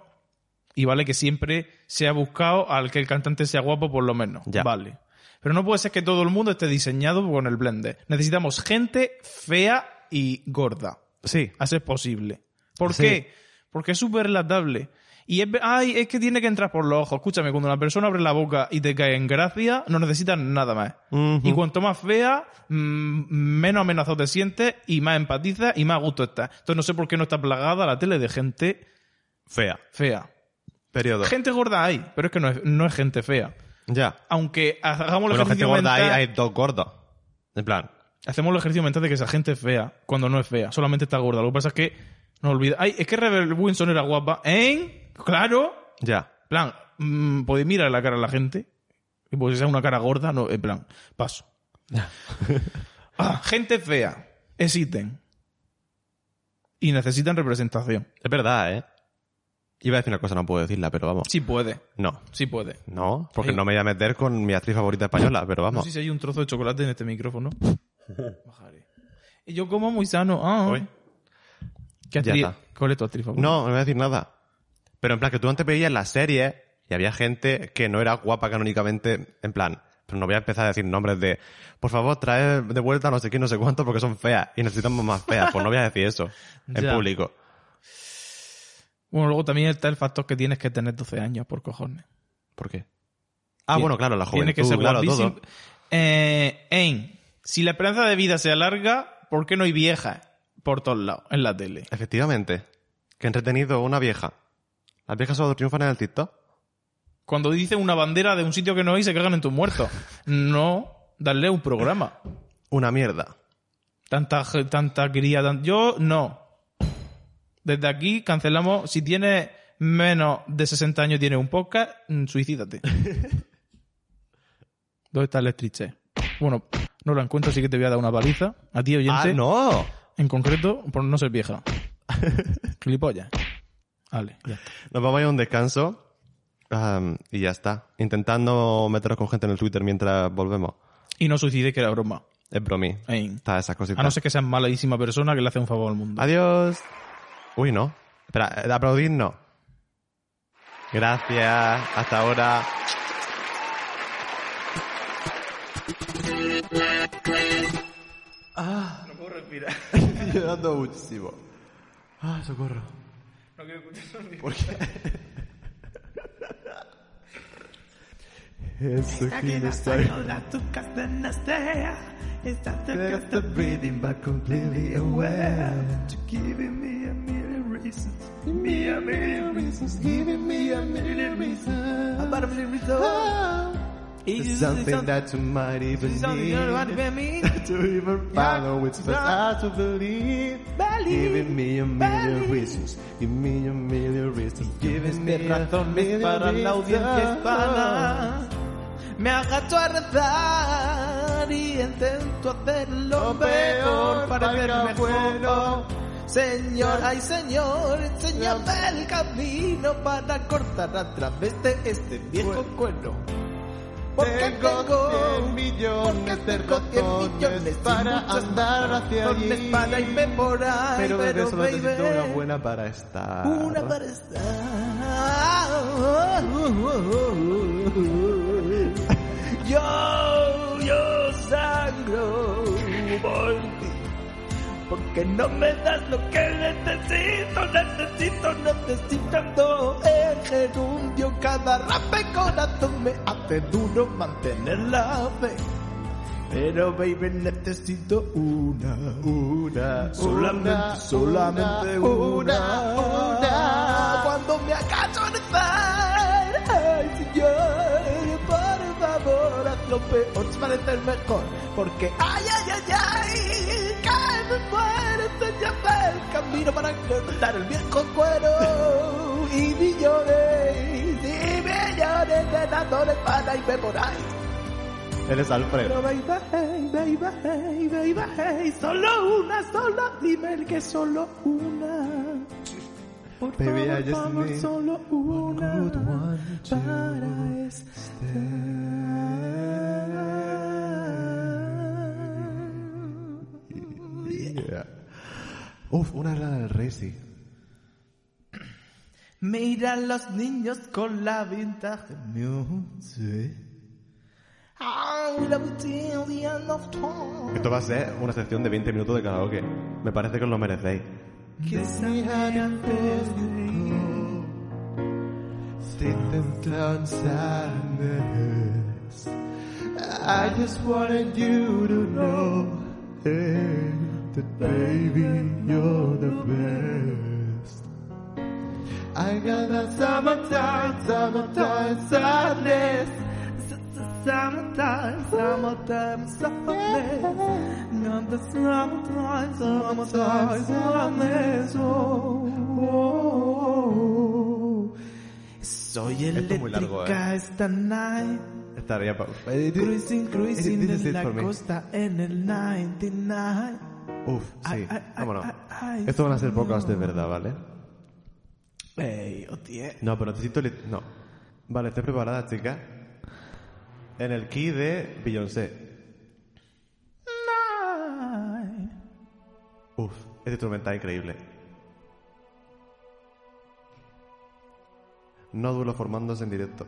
y vale que siempre se ha buscado al que el cantante sea guapo por lo menos.
Ya.
Vale. Pero no puede ser que todo el mundo esté diseñado con el blender. Necesitamos gente fea y gorda.
Sí.
A ser posible. ¿Por
Sí.
qué? Porque es súper relatable. Y es, ve- ay, es que tiene que entrar por los ojos. Escúchame, cuando una persona abre la boca y te cae en gracia, no necesitas nada más.
Ujú.
Y cuanto más fea, mm, menos amenazado te sientes y más empatizas y más a gusto estás. Entonces no sé por qué no está plagada la tele de gente
Fea.
fea.
Periodo.
Gente gorda hay, pero es que no es, no es gente fea.
Ya.
Aunque hagamos el
Bueno, gente
ejercicio
gorda hay,
mental,
hay dos gordos. En plan,
hacemos el ejercicio mental de que esa gente es fea cuando no es fea, solamente está gorda. Lo que pasa es que no olvida. Ay, es que Rebel Wilson era guapa, ¿eh? Claro.
ya.
En plan, mm, podéis mirar la cara a la gente. Y pues si es una cara gorda, no, en plan, paso. [laughs] Ah, gente fea, existen. Y necesitan representación.
Es verdad, ¿eh? Iba a decir una cosa, no puedo decirla, pero vamos.
Sí puede,
No.
sí puede.
No, porque
Sí.
no me voy a meter con mi actriz favorita española, pero
No
vamos.
sé si hay un trozo de chocolate en
[laughs]
este micrófono. Bajaré. Y yo como muy sano. Ah.
Uy.
¿Qué
Ya
actriz?
está.
¿Cuál es tu actriz favorita?
No, no voy a decir nada. Pero en plan, que tú antes veías las series y había gente que no era guapa canónicamente, en plan. Pero no voy a empezar a decir nombres de, por favor, trae de vuelta no sé qué, no sé cuánto, porque son feas y necesitamos más feas. Pues no voy a decir eso en
[laughs] Ya.
público.
Bueno, luego también está el factor que tienes que tener 12 años, por cojones.
¿Por qué? Ah,
Tien-
bueno, claro, la juventud,
Tienes que ser
claro,
guapísimo.
todo.
Eh, en, si la esperanza de vida se alarga, ¿por qué no hay viejas por todos lados en la tele?
Efectivamente. Que entretenido una vieja. ¿Las viejas solo triunfan en el TikTok?
Cuando dicen una bandera de un sitio que no hay, se cagan en tus muertos. [laughs] No darle un programa.
Una mierda.
Tanta, ge- tanta cría. tan- Yo no. Desde aquí cancelamos. Si tienes menos de 60 años y tienes un podcast,
[laughs]
mm, suicídate. ¿Dónde está el estriche? Bueno, no lo encuentro, así que te voy a dar una paliza. A ti, oyente.
¡Ah, no!
En concreto, por no ser [laughs] vieja. Clipolla. Vale, ya está.
Nos vamos a ir a un descanso. am, y ya está. Intentando meteros con gente en el Twitter mientras volvemos.
Y no suicide que era broma.
Es bromí.
Ay.
Está esas cositas.
A Ah, no ser que seas malísima persona que le hace un favor al mundo.
Adiós. Uy, no. Espera, eh, aplaudir no. Gracias. Hasta ahora.
No puedo respirar.
Llorando muchísimo. Ah, socorro.
No quiero escuchar
Eso Ah. something that you might even need [laughs] to even follow. It's for us to believe. Giving me a million reasons. Give me a million reasons. Giving me razones
para la audiencia hispana. Me agacho a rezar y intento hacer lo peor para ver mejor. Señor, ay señor, enséñame el camino para cortar a través de este viejo cuerno. Porque tengo, millones de millones para andar hacia allí. Para irme por ahí, pero,
de eso
baby,
necesito una buena para estar.
una para estar. Yo, yo sangro por ti. Porque no me das lo que necesito, necesito, necesito el gerundio. Cada rape corazón me hace duro mantener la fe. Pero baby necesito una, una, solamente, solamente una, una, Cuando me acaso en estar, ay señor, por favor, haz lo peor, es parecer mejor, porque ay, ay, ay, ay, que me muero, enséñame el camino para cortar el viejo cuero y millones, y millones de nadores para irme por ahí.
Eres Alfred.
Pero baby, baby, baby, baby, solo una, solo, dime que solo una. Por
Baby, I
favor,
just
favor,
need
solo una
good one to
para estar.
Yeah. Uf, una rana del rey, sí.
Mira a los niños con la vintage music. I love till the end of time.
Esto va a ser una sección de 20 minutos de karaoke. Me parece que os lo merecéis.
Kiss me hard and fast and
I just wanted you to know that baby you're the best. I got that summertime, summertime sadness.
Summertime, summertime, summertime, not the summertime, summertime, summertime, oh, oh, oh. Soy
Esto es muy largo, ¿eh?
eléctrica esta night.
Estaría pa...
Cruising, cruising
This is
en
it
la
for me.
costa en el 99.
Uf, sí,
Ay, ay,
vámonos.
ay, ay,
Esto van a ser pocas de verdad, ¿vale?
Ey, hostia.
No, pero necesito... lit- No. Vale, ¿estás preparada, chica? En el key de Beyoncé.
Night.
Uf, este instrumento está increíble. Nódulos formándose en directo.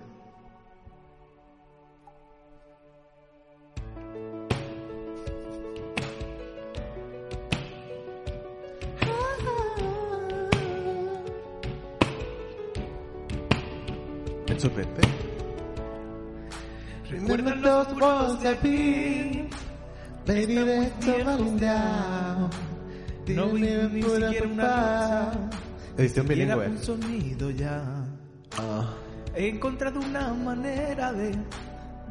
¿El chupete?
Recuerda los puros de ti, baby, de todo down. No vive ni siquiera una rosa,
Edición
era
bilingüe.
un sonido ya.
Ah.
He encontrado una manera de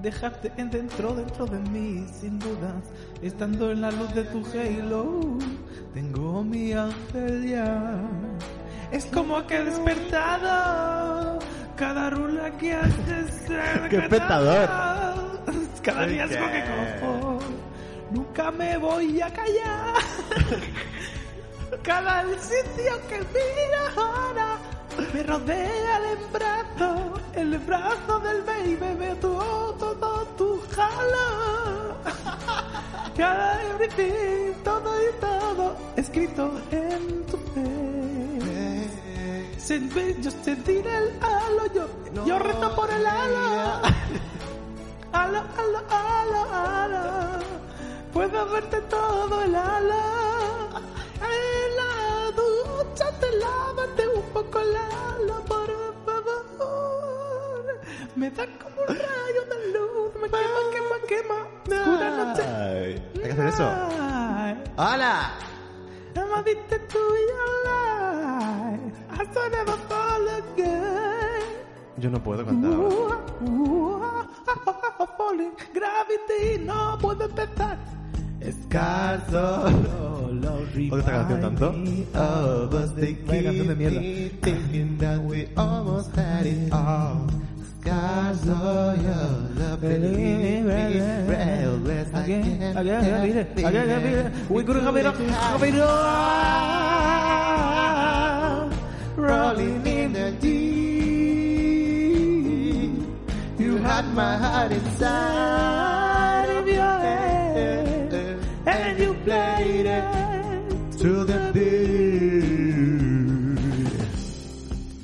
dejarte en dentro, dentro de mí, sin dudas. Estando en la luz de tu halo, tengo mi ángel ya. Es como que he despertado cada rula que haces.
[laughs] ¡Qué espectador!
Cada riesgo que cojo, nunca me voy a callar. Cada sitio que mira ahora me rodea el brazo, el brazo del baby, me tu todo tu jala. Cada everything, todo y todo escrito en tu fe. Sentí- Yo sentir el halo, yo, yo reto por el halo. Halo, halo, halo, halo. Puedo verte todo el halo. En la ducha te lávate un poco el halo, por favor. Me da como un rayo de luz. Me quema, quema, quema. Oscura noche.
Ay.
Ah. Hay que hacer eso.
Ay,
¡Hola!
Amadita tuya, ay. I saw never fall again.
Yo no puedo cantar ahora.
Falling gravity no puedo empezar. Escaso.
¿Odio esta canción tanto?
Vaya canción de mierda.
Thinking that we almost had it all. Scars of your love, believe me, breathless, I can't help it.
We couldn't have it up, have it all.
Rolling in the deep. You had my heart inside of your head. And you played it to the beat.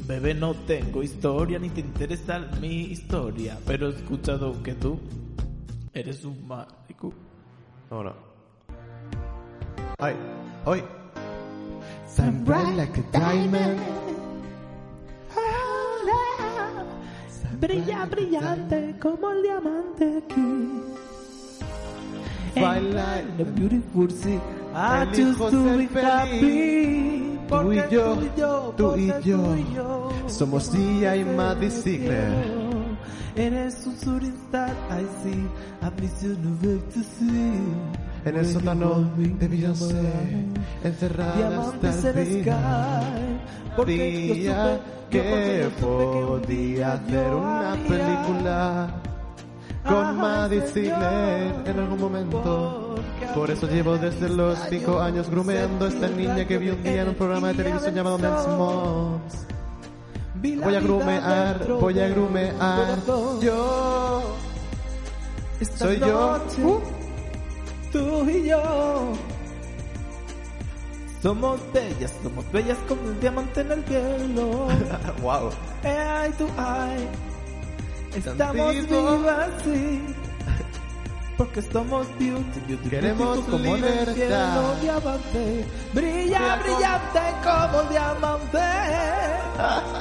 Bebé, no tengo historia, ni te interesa mi historia, pero he escuchado que tú eres un mágico.
Vámonos. ¡Ay! ¡Ay!
Sun bright like a diamond.
Brilla brillante como el diamante aquí.
Fine line,
the beautiful sea. I
Feliz
choose to
José
be
Feliz.
happy.
Tú y
Porque
yo, tú y
porque
yo. Somos día y Maddie Ziegler.
Eres un shooting star, I see. I miss you, no back to see.
En el sótano de Beyoncé, encerrada
Diamantes
hasta
en el
el final.
sky.
Día que podía
podía
hacer una película con Maddie Ziegler en algún momento. Por eso llevo desde los 5 años grumeando a esta niña que vi un día en un programa de televisión llamado Men's Moms. Voy a grumear, voy a grumear. Yo soy yo.
Uh. Tú y yo. Somos bellas, somos bellas como un diamante en el cielo.
[laughs] Wow.
Ay, tú, ay. Estamos
vivo.
vivas, sí. Porque somos beauty, beauty,
Queremos
beauty, como en el
libertad.
cielo diamante. Brilla,
Brilla como-
brillante como diamante.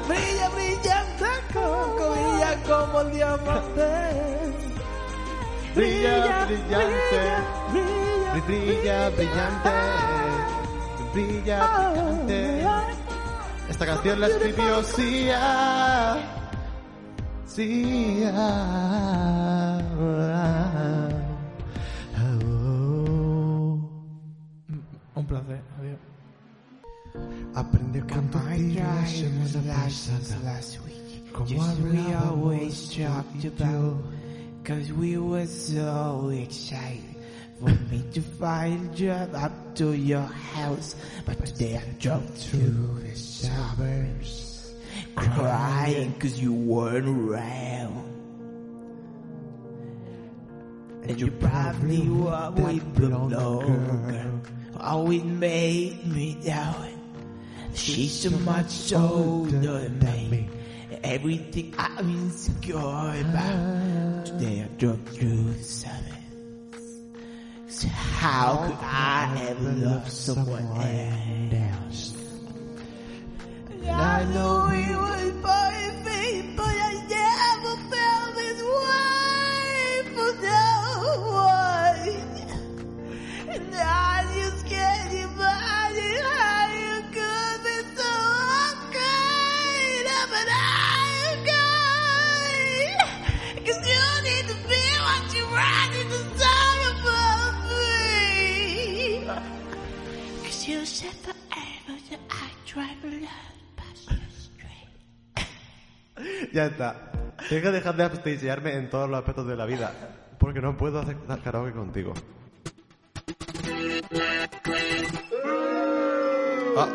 Brilla, brillante como, brilla como el diamante.
Brilla, brillante.
brilla,
Brilla Ah, brillante, brilla brillante. Esta canción la escribió Sia. Sia.
Oh. Un placer. Adiós.
Aprende a cantar
last week. Just we always talked about, cause we were so excited for me to find a job up to your house. But today I drove through the suburbs, crying cause you weren't around. And you probably were with blonde girl. Oh, it made me doubt. She's so much older than me. Everything I'm insecure about. Today I dropped you seven. So how could I ever love someone else? I know we were perfect, but I never felt this way for no one. And I just can't imagine how you could be so unkind. But I
Ya está. Tengo que dejar de abstillarme en todos los aspectos de la vida. Porque no puedo hacer karaoke contigo. Ah,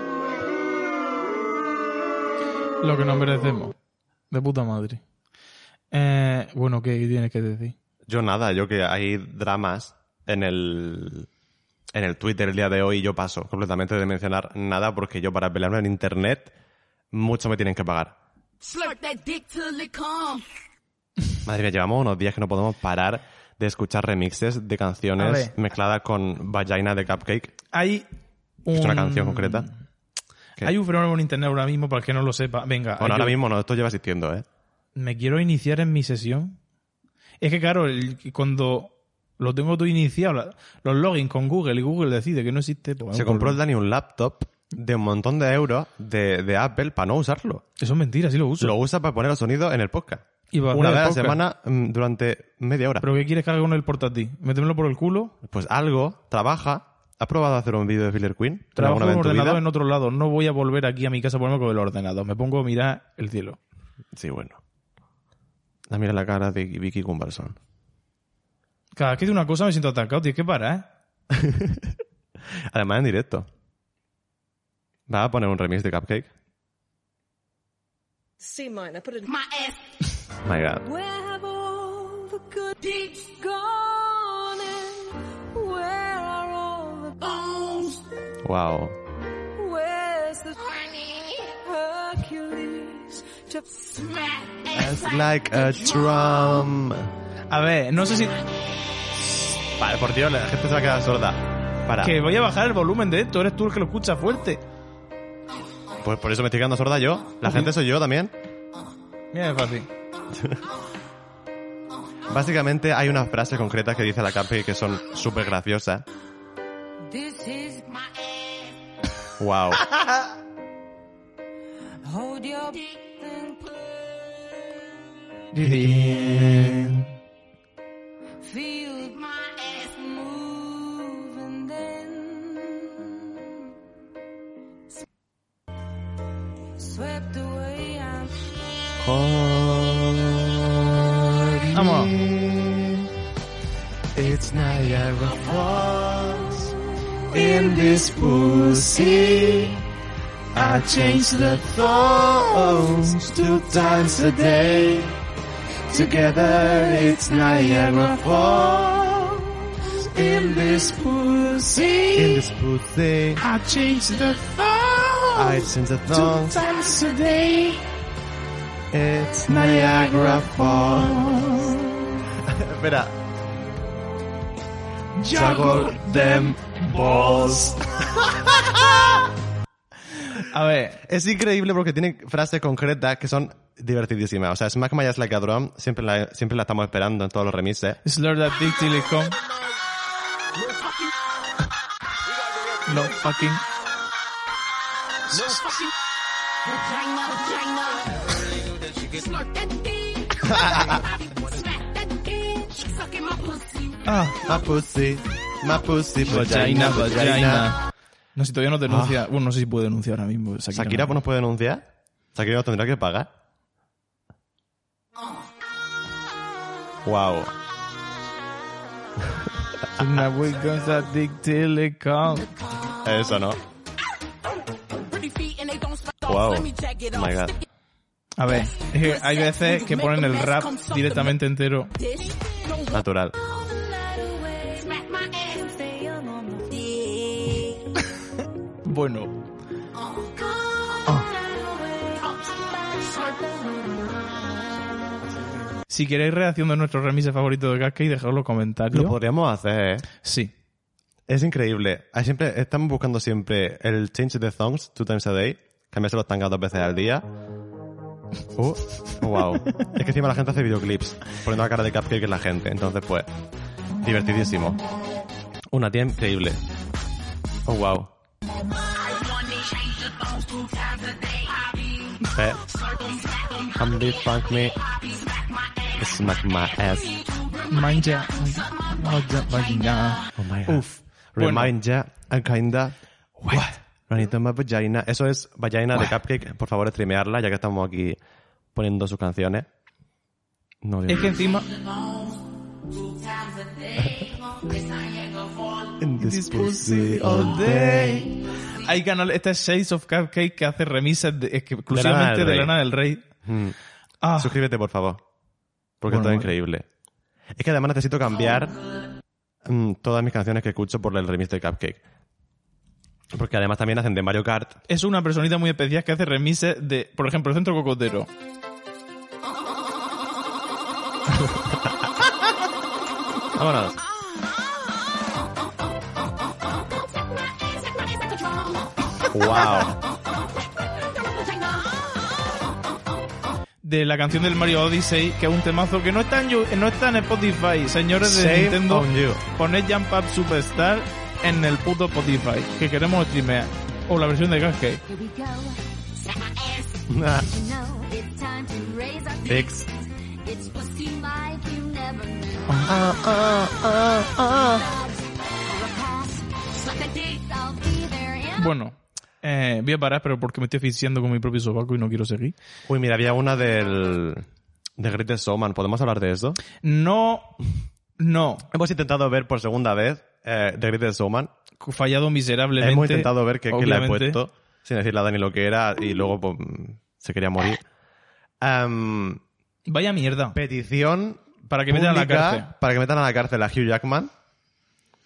Lo que nos merecemos. De puta madre. Eh, bueno, ¿qué tienes que decir?
yo nada, yo que hay dramas en el. En el Twitter el día de hoy yo paso completamente de mencionar nada porque yo para pelearme en internet mucho me tienen que pagar. Madre mía, llevamos unos días que no podemos parar de escuchar remixes de
A
canciones
ver.
mezcladas con vagina de cupcake.
Hay
Es una
un-
canción concreta. ¿Qué?
Hay un fenómeno en internet ahora mismo, para el que no lo sepa. Venga,
Bueno, ahora
yo
mismo no, esto lleva existiendo, ¿eh?
me quiero iniciar en mi sesión. Es que claro, el- cuando lo tengo todo iniciado, la- los logins con Google y Google decide que no existe, pues,
Se
vamos,
compró el
pues,
Dani un laptop de un montón de euros de, de Apple para no usarlo.
Eso es mentira, sí lo uso.
Lo usa para poner los sonidos en el podcast.
Y va a
Una
poner
vez a la
podcast.
semana mm, durante media hora.
¿Pero qué quieres que haga con el portátil? ¿Métemelo por el culo?
Pues algo, trabaja. ¿Has probado hacer un vídeo de Filler Queen?
Trabajo
alguna
con
vez en tu
ordenador
vida?
en otro lado. No voy a volver aquí a mi casa a ponerme con el ordenador. Me pongo a mirar el cielo.
Sí, bueno. Ah, mira la cara de Vicky Gumbalson.
Cada vez que digo una cosa me siento atacado. Tienes que parar, ¿eh?
Además, en directo. Va a poner un remix de Cupcake.
See mine. I put it in.
My God.
Where have all the good deeds gone? And where are all the bones?
Wow.
Where's the Hercules to smack?
It's like a drum.
A ver, no sé si...
Ah. Vale, por Dios, la gente se va a quedar sorda. Para.
Que voy a bajar el volumen de esto. Eres tú el que lo escucha fuerte.
Pues por eso me estoy quedando sorda yo. La gente soy yo también.
Mira, es fácil.
Básicamente hay unas frases concretas que dice la Cupcake que son súper graciosas.
This is my ass.
Wow.
Hold your dick and put- Feel my ass move and then swept away. I'm
Vamos.
In this pussy, I change the thorns two times a day. Together it's Niagara Falls. In this pussy, I change the thorns two times a day. It's Niagara Falls.
Espera.
Juggle them balls.
A ver,
Es increíble porque tiene frases concretas que son divertidísimas. O sea, Smack My Ass Like a Drum siempre la, siempre la estamos esperando en todos los remises.
slur that dick till it come. No fucking... Ah,
My pussy, my pussy,
vagina, vagina. No, si todavía no denuncia... Bueno, no sé si puede denunciar ahora mismo. Shakira,
Ah. Shakira pues, nos puede denunciar. Shakira nos tendrá que pagar. Wow.
Una wey goes that dick till it come.
Eso no. Wow. Oh My God.
A ver, es que hay veces que ponen el rap directamente entero.
Natural.
Bueno,
Uh,
si queréis reacción de nuestros remises favoritos de Cascade, dejadlo en los comentarios.
Lo podríamos hacer, ¿eh?
Sí.
Es increíble. Hay siempre, estamos buscando siempre el change the songs two times a day. Cambiarse los tangas dos veces al día. Uh, wow. es que encima la gente hace videoclips poniendo la cara de cupcake en la gente. Entonces, pues, divertidísimo. Una tía increíble. Oh, wow. Eh. Humbly funk me. Smack my ass.
Manja, manja, vagina.
Oh my God.
Uf.
Remind ya, a kinda. What? Ranita más vagina. Eso es vagina de cupcake. Por favor, streamearla, ya que estamos aquí poniendo sus canciones. No, Dios
Es que
mío.
encima. Hay canales. Este es Shades of Cupcake que hace remises de- es que exclusivamente
del
de
Rey.
Lana del Rey.
Mm.
Ah,
Suscríbete, por favor. Porque está
Bueno, bueno.
increíble. Es que además necesito cambiar mm, todas mis canciones que escucho por el remix de Cupcake. Porque además también hacen de Mario Kart.
es una personita muy especial que hace remises de, por ejemplo, el Centro Cocotero.
Vámonos. ¡Wow!
De la canción del Mario Odyssey, que es un temazo que no está en, Yu- no está en Spotify. Señores de
Shame
Nintendo,
on you.
poned Jump Up Superstar en el puto Spotify, que queremos streamear. O la versión de Cupcake.
Here we go. You know it's time to raise our feet.
Fix.
It's what seem like you never knew. Or a pass. Suck a dick, I'll be there in a
Bueno, eh, voy a parar, pero porque me estoy asfixiando con mi propio sobaco y no quiero seguir.
Uy, mira, había una del. de Greatest Showman. ¿Podemos hablar de eso?
No, no.
Hemos intentado ver por segunda vez eh, The Greatest Showman.
Fallado miserablemente.
Hemos intentado ver que, que la he
obviamente.
puesto sin decirle a Dani lo que era y luego pues, se quería morir. Am,
Vaya mierda.
petición
Para que metan a la
pública
cárcel.
para que metan a la cárcel a Hugh Jackman.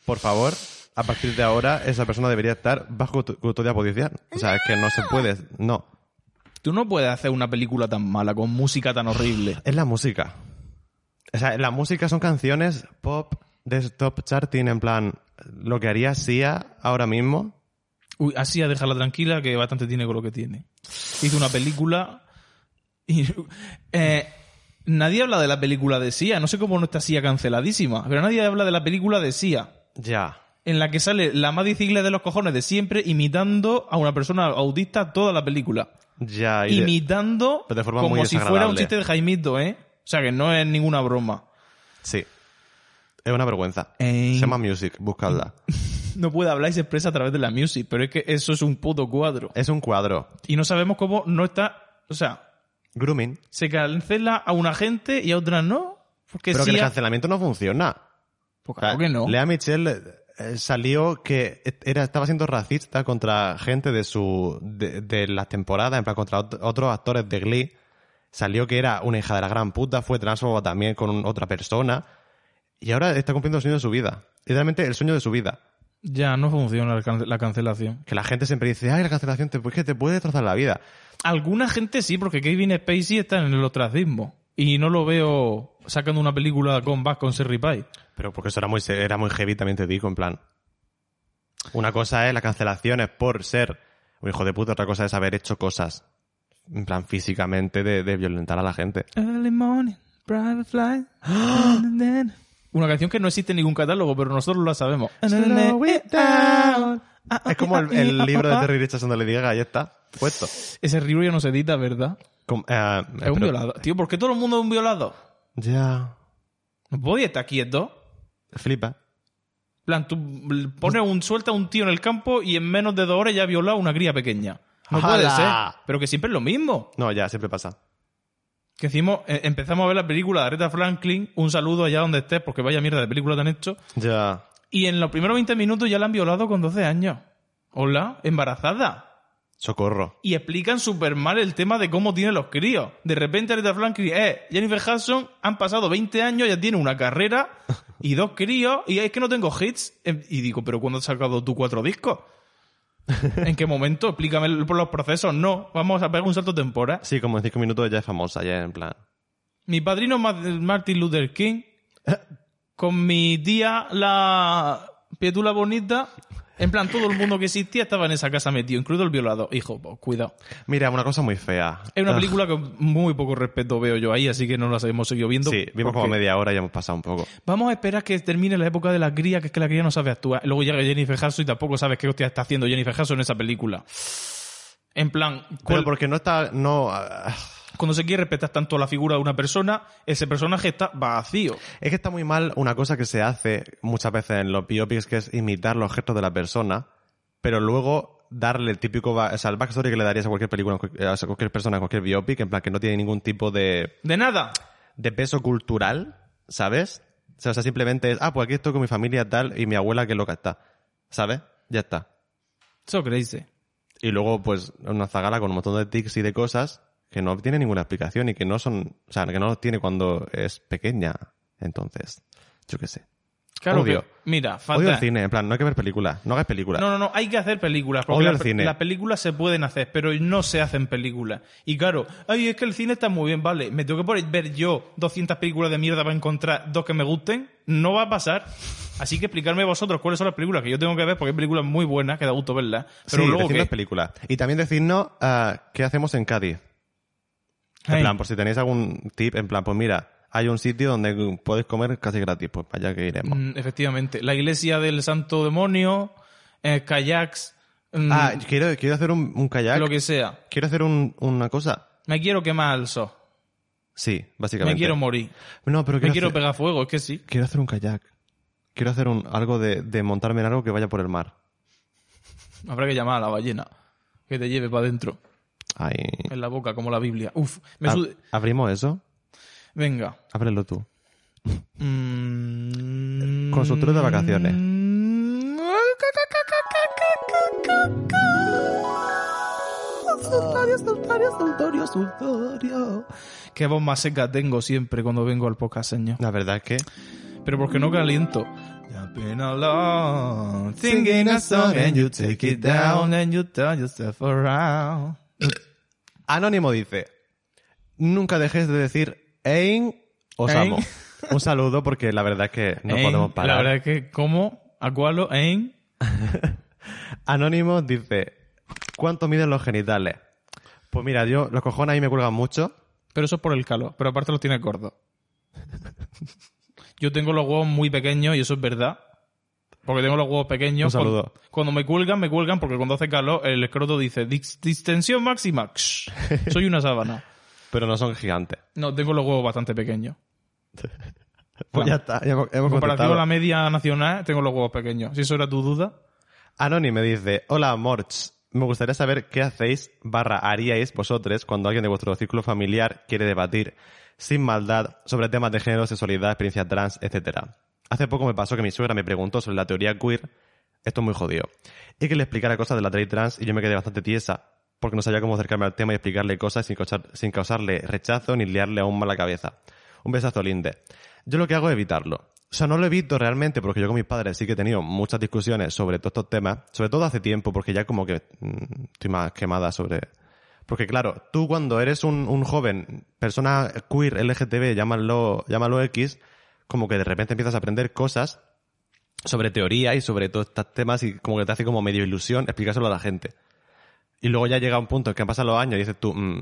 Por favor, a partir de ahora esa persona debería estar bajo tu- custodia policial. O sea, es que no se puede, no.
Tú no puedes hacer una película tan mala con música tan horrible.
Es la música. O sea, la música son canciones pop de stop charting en plan lo que haría Sia ahora mismo.
Uy, así a dejarla tranquila que bastante tiene con lo que tiene. Hizo una película y [laughs] eh, nadie habla de la película de Sia. No sé cómo no está Sia canceladísima, pero nadie habla de la película de Sia.
Ya.
en la que sale la más dicigle de los cojones de siempre imitando a una persona autista toda la película.
Ya. y de-
Imitando
pero de forma
como
muy
si fuera un
desagradable.
chiste de Jaimito, ¿eh? O sea, que no es ninguna broma.
Sí. Es una vergüenza.
Eh.
Se llama Music, buscadla.
No puede hablar y se expresa a través de la music, pero es que eso es un puto cuadro.
Es un cuadro.
Y no sabemos cómo no está... O sea,
Grooming.
se cancela a una gente y a otra no. Porque
Pero
sí
que el
a-
cancelamiento no funciona.
Pues
O sea,
claro que no.
Lea Michelle eh, salió que era, estaba siendo racista contra gente de su de, de las temporadas, en plan contra ot- otros actores de Glee. Salió que era una hija de la gran puta, fue transfoba también con un- otra persona. Y ahora está cumpliendo el sueño de su vida. Literalmente el sueño de su vida.
Ya no funciona el can- la cancelación.
Que la gente siempre dice, ay, la cancelación te, es que te puede destrozar la vida.
Alguna gente sí, porque Kevin Spacey está en el ostracismo. Y no lo veo sacando una película con Bass con Serry Pie.
Pero porque eso era muy, se- era muy heavy, también te digo, en plan. Una cosa es las cancelaciones por ser un hijo de puta, otra cosa es haber hecho cosas, en plan físicamente, de, de violentar a la gente.
Early morning, private flight. Una canción que no existe en ningún catálogo, pero nosotros la sabemos.
Es como el, el libro de Terry Richardson de Lady Gaga, ahí está, puesto.
Ese libro ya no se edita, ¿verdad?
Com- eh,
Es un
pero-
violado. Tío, ¿por qué todo el mundo es un violado?
Ya,
No podía estar quieto.
flipa.
En plan, tú pones un suelta a un tío en el campo y en menos de dos horas ya ha violado a una cría pequeña. No puede ser.
¡Hala!
Pero que siempre es lo mismo.
No, ya, siempre pasa.
Que hicimos, eh, empezamos a ver la película de Aretha Franklin, un saludo allá donde estés, porque vaya mierda de película tan hecho.
Ya.
Y en los primeros 20 minutos ya la han violado con 12 años. Hola, embarazada.
Socorro.
Y explican súper mal el tema de cómo tienen los críos. De repente Aretha Franklin, eh, Jennifer Hudson, han pasado 20 años, ya tiene una carrera y dos críos, y es que no tengo hits. Em, Y digo, ¿pero cuándo has sacado tú cuatro discos? ¿En qué momento? Explícame el- por los procesos. No, vamos a pegar un salto temporal.
Sí, como en cinco minutos ya es famosa, ya en plan.
Mi padrino Ma- Martin Luther King. Con mi tía, la Pietula Bonita. En plan, todo el mundo que existía estaba en esa casa metido, incluido el violado. Hijo, pues, cuidado.
Mira, una cosa muy fea.
Es una película que muy poco respeto veo yo ahí, así que no la hemos seguido viendo.
Ah, Sí, vimos
porque
como media hora y ya hemos pasado un poco.
Vamos a esperar que termine la época de la cría, que es que la cría no sabe actuar. Luego llega Jennifer Hudson y tampoco sabes qué hostia está haciendo Jennifer Hudson en esa película. En plan,
Pero
¿cuál-
porque no está. No. ah,
cuando se quiere respetar tanto la figura de una persona, ese personaje está vacío.
Es que está muy mal una cosa que se hace muchas veces en los biopics, que es imitar los gestos de la persona, pero luego darle el típico, ba- o sea, el backstory que le darías a cualquier película, a cualquier- a cualquier persona, a cualquier biopic, en plan que no tiene ningún tipo de
De nada.
de peso cultural, ¿sabes? O sea, o sea, simplemente es, ah, pues aquí estoy con mi familia tal y mi abuela que loca está, ¿sabes? Ya está.
Eso crazy.
Y luego, pues, una zagala con un montón de tics y de cosas que no tiene ninguna explicación y que no son, o sea, que no los tiene cuando es pequeña. Entonces, yo qué sé.
Claro
Odio.
que- mira,
Odio el
falta...
cine, en plan, no hay que ver películas, no hagas películas.
No, no, no, hay que hacer películas. Porque
Odio el
las pe-
cine.
las películas se pueden hacer, pero no se hacen películas. Y claro, ay, es que el cine está muy bien, vale. ¿Me tengo que poner, ver yo 200 películas de mierda para encontrar dos que me gusten? No va a pasar. Así que explicarme vosotros cuáles son las películas que yo tengo que ver, porque hay películas muy buenas que da gusto verlas. Pero
sí,
luego
decidnos
que...
películas. Y también decidnos ah, qué hacemos en Cádiz. En
Ay,
plan, por si tenéis algún tip, en plan, pues mira, hay un sitio donde podéis comer casi gratis, pues para allá que iremos.
mm, efectivamente. La iglesia del santo demonio, eh, kayaks, mm,
Ah, quiero, quiero hacer un, un kayak.
lo que sea.
Quiero hacer un- una cosa.
Me quiero quemar al sol.
Sí, básicamente.
Me quiero morir.
No, pero
Me
quiero,
quiero
hacer,
pegar fuego, es que sí.
quiero hacer un kayak. Quiero hacer un, algo de, de montarme en algo que vaya por el mar.
Habrá que llamar a la ballena que te lleve para adentro,
Ay.
en la boca, como la Biblia. Uf, me
Ab-
sude-
¿Abrimos eso?
Venga.
Ábrelo tú.
Mm.
Consultorio de vacaciones.
Mm.
Sultorio, sultorio, sultorio, sultorio.
Qué voz más seca tengo siempre cuando vengo al podcast, señor.
La verdad es que...
Pero porque no caliento. I've been alone, singing a song and you take it down and you turn yourself around.
Anónimo dice... Nunca dejes de decir... Ein os
Ein.
amo. Un saludo porque la verdad es que no
En-
podemos parar.
La verdad es que, ¿cómo? ¿Acualo? ¿En?
Anónimo dice... ¿Cuánto miden los genitales? Pues mira, yo... Los cojones ahí me cuelgan mucho.
Pero eso es por el calor. Pero aparte los tiene gordos.
[laughs]
Yo tengo los huevos muy pequeños y eso es verdad. Porque tengo los huevos pequeños.
Un
Cuan-
saludo.
Cuando, me cuelgan, me cuelgan porque cuando hace calor el escroto dice "Dis- distensión
[laughs]
máxima. Ksh, soy una sábana.
Pero no son gigantes.
No, tengo los huevos bastante pequeños.
Pues
Claro.
ya está, ya hemos, hemos
En comparación
contestado.
a la media nacional, tengo los huevos pequeños. Si eso era tu duda.
Anoni me dice, hola Morch, me gustaría saber qué hacéis barra haríais vosotros cuando alguien de vuestro círculo familiar quiere debatir sin maldad sobre temas de género, sexualidad, experiencia trans, etc. Hace poco me pasó que mi suegra me preguntó sobre la teoría queer, esto es muy jodido, y que le explicara cosas de la ley trans y yo me quedé bastante tiesa porque no sabía cómo acercarme al tema y explicarle cosas sin, causar- sin causarle rechazo ni liarle aún más la cabeza. Un besazo, Linde. Yo lo que hago es evitarlo. O sea, no lo evito realmente porque yo con mis padres sí que he tenido muchas discusiones sobre todos estos temas, sobre todo hace tiempo, porque ya como que mm, estoy más quemada sobre... Porque claro, tú cuando eres un, un joven, persona queer, LGTB, llámalo, llámalo X, como que de repente empiezas a aprender cosas sobre teoría y sobre todos estos temas y como que te hace como medio ilusión explicárselo a la gente. Y luego ya llega un punto en que han pasado los años y dices tú, "Mm,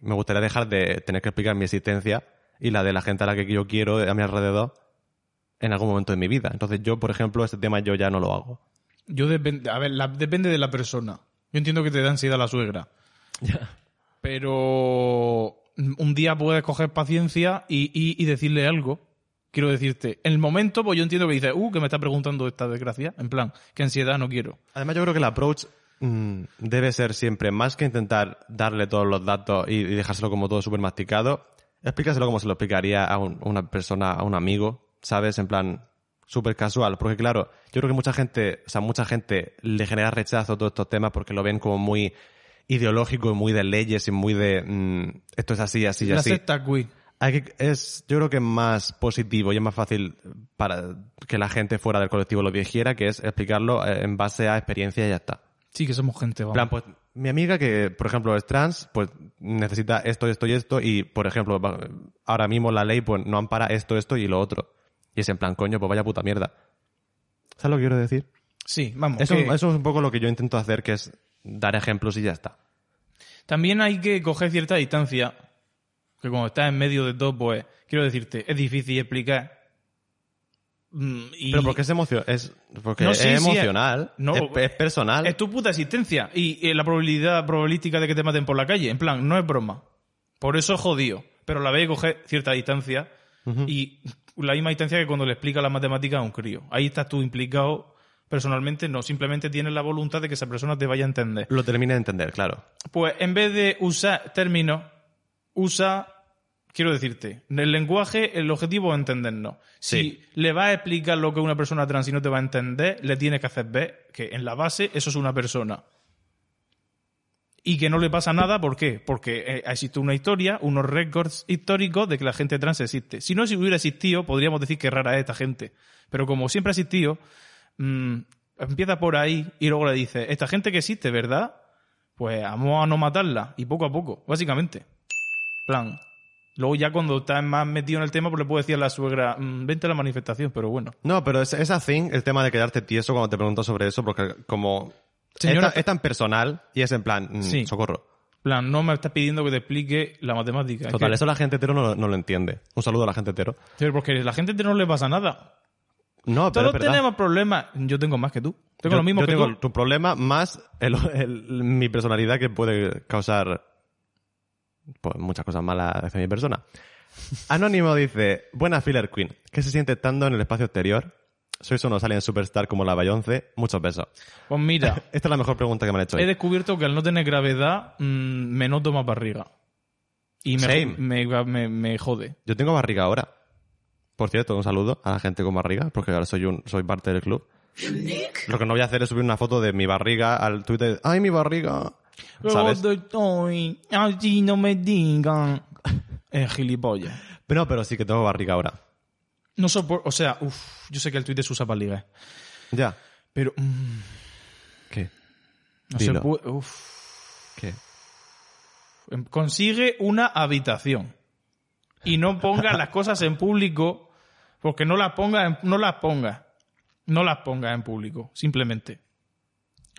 me gustaría dejar de tener que explicar mi existencia y la de la gente a la que yo quiero a mi alrededor en algún momento de mi vida. Entonces yo, por ejemplo, este tema yo ya no lo hago.
Yo depende, a ver, la- depende de la persona. Yo entiendo que te da ansiedad
[laughs]
la suegra. Pero un día puedes coger paciencia y, y- y decirle algo. Quiero decirte, en el momento, pues yo entiendo que dices, uh, que me está preguntando esta desgracia. En plan, que ansiedad no quiero.
Además yo creo que el approach mm, debe ser siempre, más que intentar darle todos los datos y, y dejárselo como todo súper masticado, explícaselo como se lo explicaría a, un- a una persona, a un amigo, ¿sabes? En plan, súper casual. Porque claro, yo creo que mucha gente, o sea, mucha gente le genera rechazo a todos estos temas porque lo ven como muy ideológico y muy de leyes y muy de mm, esto es así, así y
la
así.
secta queer.
Hay que- es, yo creo que es más positivo y es más fácil para que la gente fuera del colectivo lo dijera, que es explicarlo eh, en base a experiencia y ya está.
Sí, que somos gente, vamos.
En plan, pues mi amiga que, por ejemplo, es trans, pues necesita esto, esto y esto, y por ejemplo, va- ahora mismo la ley pues no ampara esto, esto y lo otro. Y es en plan, coño, pues vaya puta mierda. ¿Sabes lo que quiero decir?
sí, vamos.
Eso,
que-
eso es un poco lo que yo intento hacer, que es dar ejemplos y ya está.
También hay que coger cierta distancia. Que cuando estás en medio de todo, pues, quiero decirte, es difícil explicar. Mm, y-
Pero porque es emocio- es, porque
No,
es
sí, sí, es-
emocional,
no,
es, es personal.
Es tu puta existencia y eh, la probabilidad probabilística de que te maten por la calle. En plan, no es broma. Por eso jodido. Pero la vez coger cierta distancia y la misma distancia que cuando le explica la matemática a un crío. Ahí estás tú implicado Personalmente no, simplemente tienes la voluntad de que esa persona te vaya a entender.
Lo termina de entender, claro.
Pues en vez de usar términos, usa, quiero decirte, en el lenguaje el objetivo es entendernos.
Sí.
Si le vas a explicar lo que es una persona trans y no te va a entender, le tienes que hacer ver que en la base eso es una persona. Y que no le pasa nada, ¿por qué? Porque eh, existe una historia, unos récords históricos de que la gente trans existe. Si no si hubiera existido, podríamos decir que rara es esta gente. Pero como siempre ha existido, mm, empieza por ahí y luego le dice, esta gente que existe, ¿verdad? Pues vamos a no matarla. Y poco a poco, básicamente. Plan. Luego ya cuando estás más metido en el tema, pues le puedo decir a la suegra, "Mm, vente a la manifestación, pero bueno.
No, pero es, es así el tema de quedarte tieso cuando te preguntas sobre eso, porque como
Señora-
es, tan, es tan personal y es en plan, mm,
Sí.
socorro.
Plan, no me estás pidiendo que te explique la matemática. Es
Total,
que-
eso la gente hetero no, lo- no lo entiende. Un saludo a la gente hetero.
Pero Porque a la gente no le pasa nada.
No, pero
Todos
es verdad.
tenemos problemas. Yo tengo más que tú. Tengo
Yo-
lo mismo
yo
que
tengo
tú.
tu problema más el- el- mi personalidad que puede causar pues, muchas cosas malas hacia mi persona. Anónimo dice, buena filler queen, ¿qué se siente estando en el espacio exterior? Sois unos aliens superstar como la Bayonce, muchos besos.
Pues mira,
[laughs] Esta es la mejor pregunta que me han hecho. hoy.
he descubierto que al no tener gravedad, mm, me noto más barriga. Y me,
Same.
me, me- me jode.
Yo tengo barriga ahora. Por cierto, un saludo a la gente con barriga, porque ahora soy un, soy parte del club. Lo que no voy a hacer es subir una foto de mi barriga al Twitter. ¡Ay, mi barriga! ¿Sabes?
Gordo estoy, así no
[laughs]
me digan. Es gilipollas.
Pero, pero sí que tengo barriga ahora.
No soporto, o sea, uff, yo sé que el Twitter se usa para ligar.
Ya.
Pero, mm,
¿Qué?
no
Dilo.
se puede. uf. Em,
¿Qué?
Consigue una habitación. Y no pongas las cosas en público, porque no las pongas, en- no las pongas. No las pongas en público, simplemente.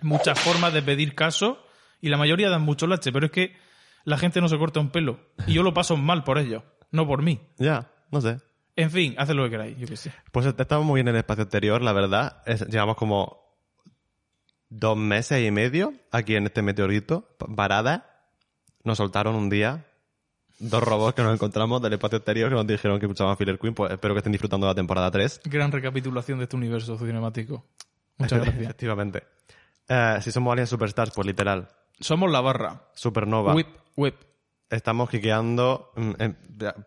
Muchas formas de pedir caso y la mayoría dan mucho lache, pero es que la gente no se corta un pelo. Y yo lo paso mal por ello, no por mí.
Ya, no sé.
En fin, haced lo que queráis, yo qué sé.
Pues est- estamos muy bien en el espacio exterior, la verdad. Es- llevamos como dos meses y medio aquí en este meteorito, p- varada. Nos soltaron un día dos robots que nos encontramos del espacio exterior que nos dijeron que escuchaban Filler Queen. Pues espero que estén disfrutando de la temporada 3.
Gran recapitulación de este universo cinemático.
[laughs]
Muchas gracias.
Efectivamente. Eh, si somos aliens superstars, pues literal.
Somos la barra.
Supernova.
Whip, whip.
Estamos quiqueando, mm, em,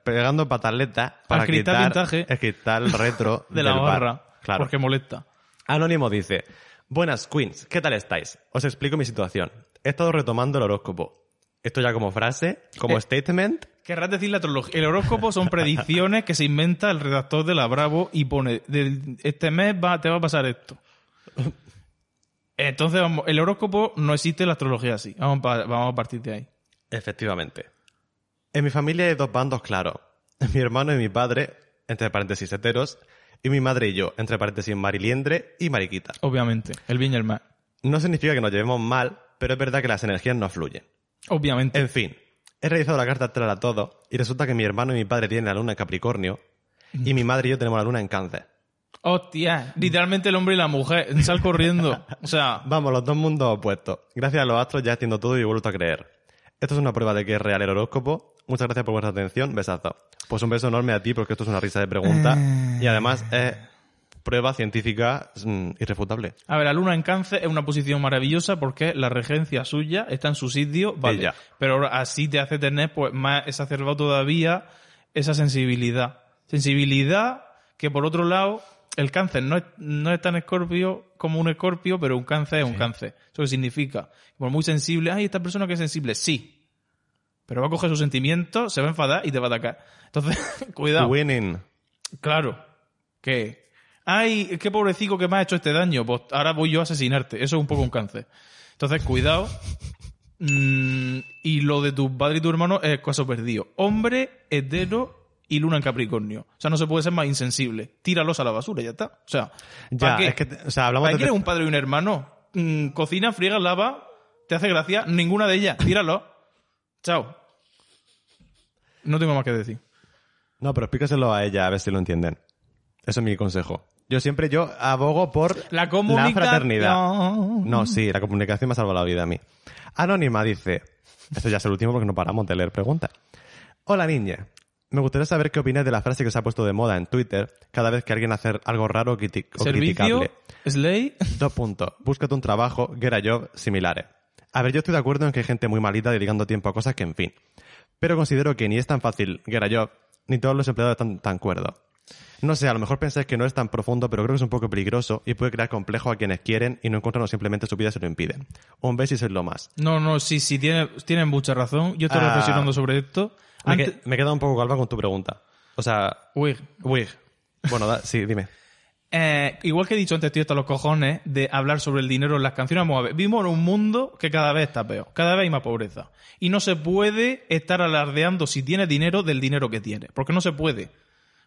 pegando pataletas para
cristal
quitar
vintage.
el cristal retro
[laughs] De la
del bar.
barra.
Claro.
Porque molesta.
Anónimo dice, Buenas Queens, ¿qué tal estáis? Os explico mi situación. He estado retomando el horóscopo. Esto ya como frase, como
Eh.
statement.
Querrás decir la astrología. El horóscopo son predicciones que se inventa el redactor de la Bravo y pone, del- este mes va, te va a pasar esto. Entonces, vamos, el horóscopo no existe la astrología así. Vamos, pa- vamos a partir de ahí.
Efectivamente. En mi familia hay dos bandos claros. [laughs] Mi hermano y mi padre, entre paréntesis heteros, y mi madre y yo, entre paréntesis mariliendre y mariquita.
Obviamente. El bien y el mal.
No significa que nos llevemos mal, pero es verdad que las energías no fluyen.
Obviamente.
En fin, he realizado la carta astral a todo y resulta que mi hermano y mi padre tienen la luna en Capricornio y mi madre y yo tenemos la luna en Cáncer.
Hostia. Literalmente el hombre y la mujer. Sal corriendo. O sea,
Vamos, los dos mundos opuestos. Gracias a los astros ya entiendo todo y he vuelto a creer. Esto es una prueba de que es real el horóscopo. Muchas gracias por vuestra atención. Besazo. Pues un beso enorme a ti porque esto es una risa de pregunta y además es prueba científica mm, irrefutable.
A ver, la luna en cáncer es una posición maravillosa porque la regencia suya está en su sitio, vale.
Ella.
Pero ahora así te hace tener pues más exacerbado todavía esa sensibilidad. Sensibilidad que por otro lado, el cáncer no es, no es tan escorpio como un escorpio, pero un cáncer es un cáncer. Eso que significa, por muy sensible, ay, esta persona que es sensible, sí. Pero va a coger sus sentimientos, se va a enfadar y te va a atacar. Entonces, [laughs] cuidado.
Winning.
Claro. ¿Qué? Ay, qué pobrecito que me ha hecho este daño. Pues ahora voy yo a asesinarte. Eso es un poco un cáncer. Entonces, cuidado. Mm, y lo de tu padre y tu hermano es caso perdido. Hombre, hetero y luna en Capricornio. O sea, no se puede ser más insensible. Tíralos a la basura, y ya está. O sea,
Ya,
¿para qué?
es que, te- o sea, hablamos
¿Para qué
de...
quieres un padre y un hermano? Mm, cocina, friega, lava, te hace gracia. Ninguna de ellas. Tíralo. Chao. No tengo más que decir.
No, pero explícaselo a ella a ver si lo entienden. Eso es mi consejo. Yo siempre, yo abogo por
La comunicación.
fraternidad. No, sí, la comunicación me ha salvado la vida a mí. Anónima dice, esto ya es el último porque no paramos de leer preguntas. Hola niña, Me gustaría saber qué opináis de la frase que se ha puesto de moda en Twitter cada vez que alguien hace algo raro o, criti- o
Servicio,
criticable.
Slay.
Dos puntos. Búscate un trabajo, get a job, similares. A ver, yo estoy de acuerdo en que hay gente muy malita dedicando tiempo a cosas que, en fin. Pero considero que ni es tan fácil get a job, ni todos los empleados están tan cuerdos. No sé, a lo mejor pensáis que no es tan profundo, pero creo que es un poco peligroso y puede crear complejos a quienes quieren y no encuentran o simplemente su vida se lo impide. Un beso y sois lo más.
No, no, sí, sí, tiene- tienen mucha razón. Yo estoy
Ah.
reflexionando sobre esto.
Me,
Antes-
que- me he quedado un poco calva con tu pregunta. O sea,
Uy,
Wig. Bueno, da- sí, dime.
Eh, igual que he dicho antes, estoy hasta los cojones de hablar sobre el dinero en las canciones. Vamos a ver, vivimos en un mundo que cada vez está peor, cada vez hay más pobreza. Y no se puede estar alardeando si tienes dinero del dinero que tienes, porque no se puede.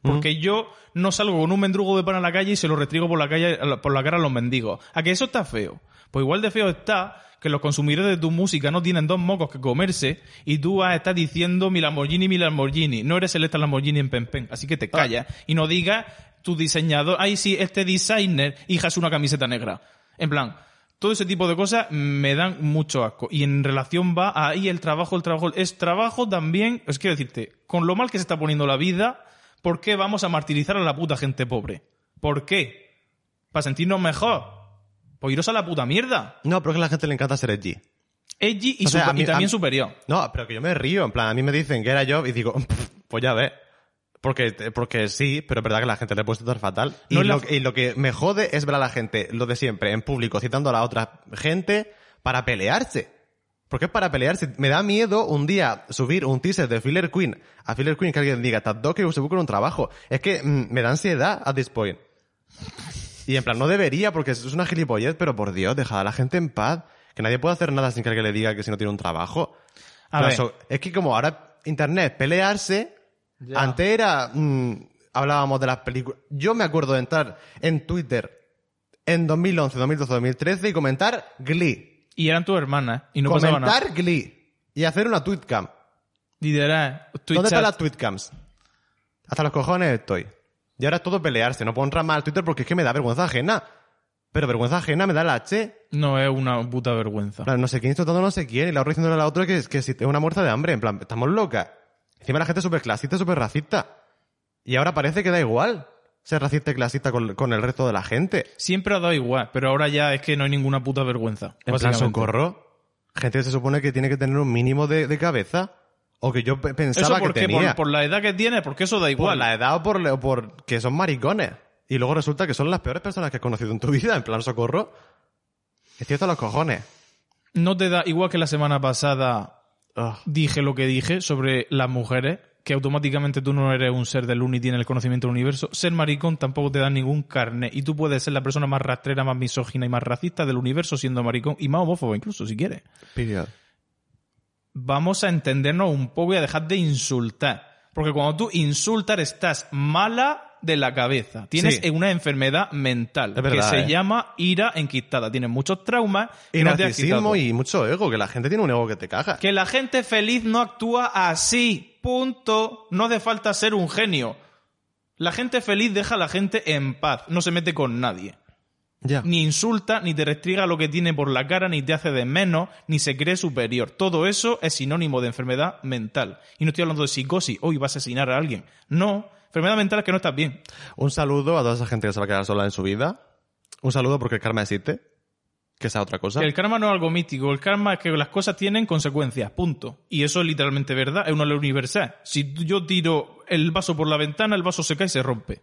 Porque yo no salgo con un mendrugo de pan a la calle y se lo restrigo por la, calle, por la cara a los mendigos. ¿A que eso está feo? Pues igual de feo está que los consumidores de tu música no tienen dos mocos que comerse y tú ah, estás diciendo mi Lamborghini, mi Lamborghini. No eres el esta Lamborghini en Pempen, así que te callas y no digas tu diseñador, ay sí, este designer hija es una camiseta negra. En plan, todo ese tipo de cosas me dan mucho asco. Y en relación va a ahí el trabajo, el trabajo, es trabajo también, os quiero decirte, con lo mal que se está poniendo la vida, ¿por qué vamos a martirizar a la puta gente pobre? ¿Por qué? ¿Para sentirnos mejor? Pues iros a la puta mierda.
No, pero es que a la gente le encanta ser edgy.
Edgy y,
O sea,
supe-
a mí-
y también
a-
superior.
No, pero que yo me río. En plan, a mí me dicen que era yo y digo, [laughs] "Pff, pues ya ves. Porque, porque sí, pero es verdad que la gente le puede estar fatal. Y,
No es la-
lo, y lo que me jode es ver a la gente, lo de siempre, en público, citando a la otra gente para pelearse. Porque es para pelearse. Me da miedo un día subir un teaser de Filler Queen a Filler Queen que alguien diga, estas dos que se buscan un trabajo. Es que mm, me da ansiedad at this point. Y en plan, no debería porque es una gilipollez, pero por Dios, dejad a la gente en paz. Que nadie puede hacer nada sin que alguien le diga que si no tiene un trabajo.
A
Pero
ver.
eso- es que como ahora internet, pelearse, antes era, mm, hablábamos de las películas. Yo me acuerdo de entrar en Twitter en 2011, 2012, 2013 y comentar Glee.
Y eran tus hermanas ¿eh? y no pasaba nada.
comentar Glee. Y hacer una tweetcam.
Literal. Twitch
¿Dónde
"Eh, chat.
están las tweetcams? Hasta los cojones estoy. Y ahora es todo pelearse. No puedo entrar más al Twitter porque es que me da vergüenza ajena. Pero vergüenza ajena me da la H.
No es una puta vergüenza.
En plan, no sé quién insultando a no sé quién y la otra diciéndole a la otra que, es- que si- es una muerta de hambre. En plan, estamos locas. Encima la gente es súper clasista, súper racista. Y ahora parece que da igual ser racista y clasista con, con el resto de la gente.
Siempre ha dado igual, pero ahora ya es que no hay ninguna puta vergüenza.
En plan,
básicamente.
socorro. Gente que se supone que tiene que tener un mínimo de, de cabeza. O que yo pe-
¿Eso
pensaba
por
que
qué?
tenía.
Por, por la edad que tiene, porque eso da
Por
igual.
la edad o por, o por que son maricones. Y luego resulta que son las peores personas que has conocido en tu [laughs] vida. En plan, socorro. Es cierto a los cojones.
No te da igual que la semana pasada
Ugh.
dije lo que dije sobre las mujeres, que automáticamente tú no eres un ser de luz ni tienes el conocimiento del universo. Ser maricón tampoco te da ningún carnet y tú puedes ser la persona más rastrera, más misógina y más racista del universo siendo maricón y más homófobo incluso, si quieres.
Period.
vamos a entendernos un poco y a dejar de insultar. Porque cuando tú insultas estás mala de la cabeza. Tienes
Sí.
una enfermedad mental
Es verdad,
que se
eh.
llama ira enquistada. Tienes muchos traumas
Y
que no te has
narcisismo
quitado.
y mucho ego, que la gente tiene un ego que te caga.
Que la gente feliz no actúa así. Punto. No hace falta ser un genio. La gente feliz deja a la gente en paz. No se mete con nadie.
Ya.
Ni insulta, ni te restriga lo que tiene por la cara, ni te hace de menos, ni se cree superior. Todo eso es sinónimo de enfermedad mental. Y no estoy hablando de psicosis, hoy va a asesinar a alguien. No, enfermedad mental es que no estás bien.
Un saludo a toda esa gente que se va a quedar sola en su vida. Un saludo porque el karma existe. Que esa es otra cosa.
Que el karma no es algo mítico, el karma es que las cosas tienen consecuencias, punto. Y eso es literalmente verdad, es una ley universal. Si tú- yo tiro el vaso por la ventana, el vaso se cae y se rompe.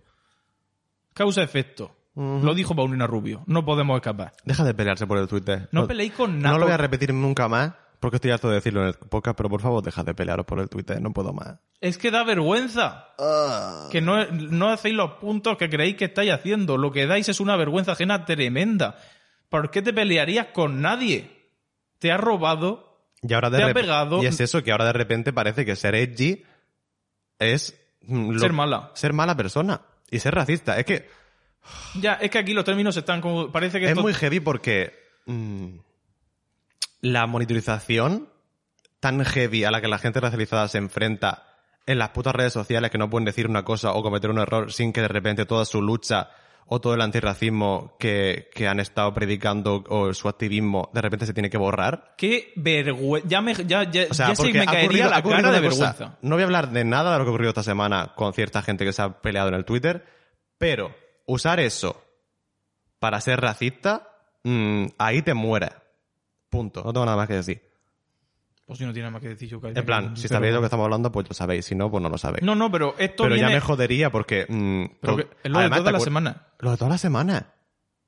Causa-efecto. Lo dijo Paulina Rubio, no podemos escapar.
Deja de pelearse por el Twitter.
No peleéis con nada.
Pues No lo voy a repetir nunca más porque estoy harto de decirlo en el podcast, pero por favor, deja de pelearos por el Twitter. No puedo más.
Es que da vergüenza. Que no, no hacéis los puntos que creéis que estáis haciendo. Lo que dais es una vergüenza ajena tremenda. ¿Por qué te pelearías con nadie? Te has robado.
Y ahora de
Te ha
rep-
pegado-
Y es eso, que ahora de repente parece que ser edgy es... mm, lo-
Ser mala.
Ser mala persona. Y ser racista. Es que
Ya, es que aquí los términos están como. Parece que
es
esto-
muy heavy porque mm, la monitorización tan heavy a la que la gente racializada se enfrenta en las putas redes sociales que no pueden decir una cosa o cometer un error sin que de repente toda su lucha o todo el antirracismo que, que han estado predicando o su activismo de repente se tiene que borrar.
Qué vergüenza. Ya, me, ya, ya,
O sea,
ya se
porque
me
ha
caería
ocurrido- ha
la
ocurrido
cara de
una cosa.
vergüenza.
No voy a hablar de nada de lo que ocurrió esta semana con cierta gente que se ha peleado en el Twitter, pero usar eso para ser racista, mm, ahí te mueres. Punto. No tengo nada más que decir.
Pues si no tiene nada más que decir yo,
En plan, si sabéis de lo que estamos hablando, pues lo sabéis. Si no, pues no lo sabéis.
No, no, pero esto
pero ya
viene-
me jodería porque... mm,
pero
to-
que- es lo de
además,
toda
¿te
la
acuer-
semana.
Lo de toda la semana.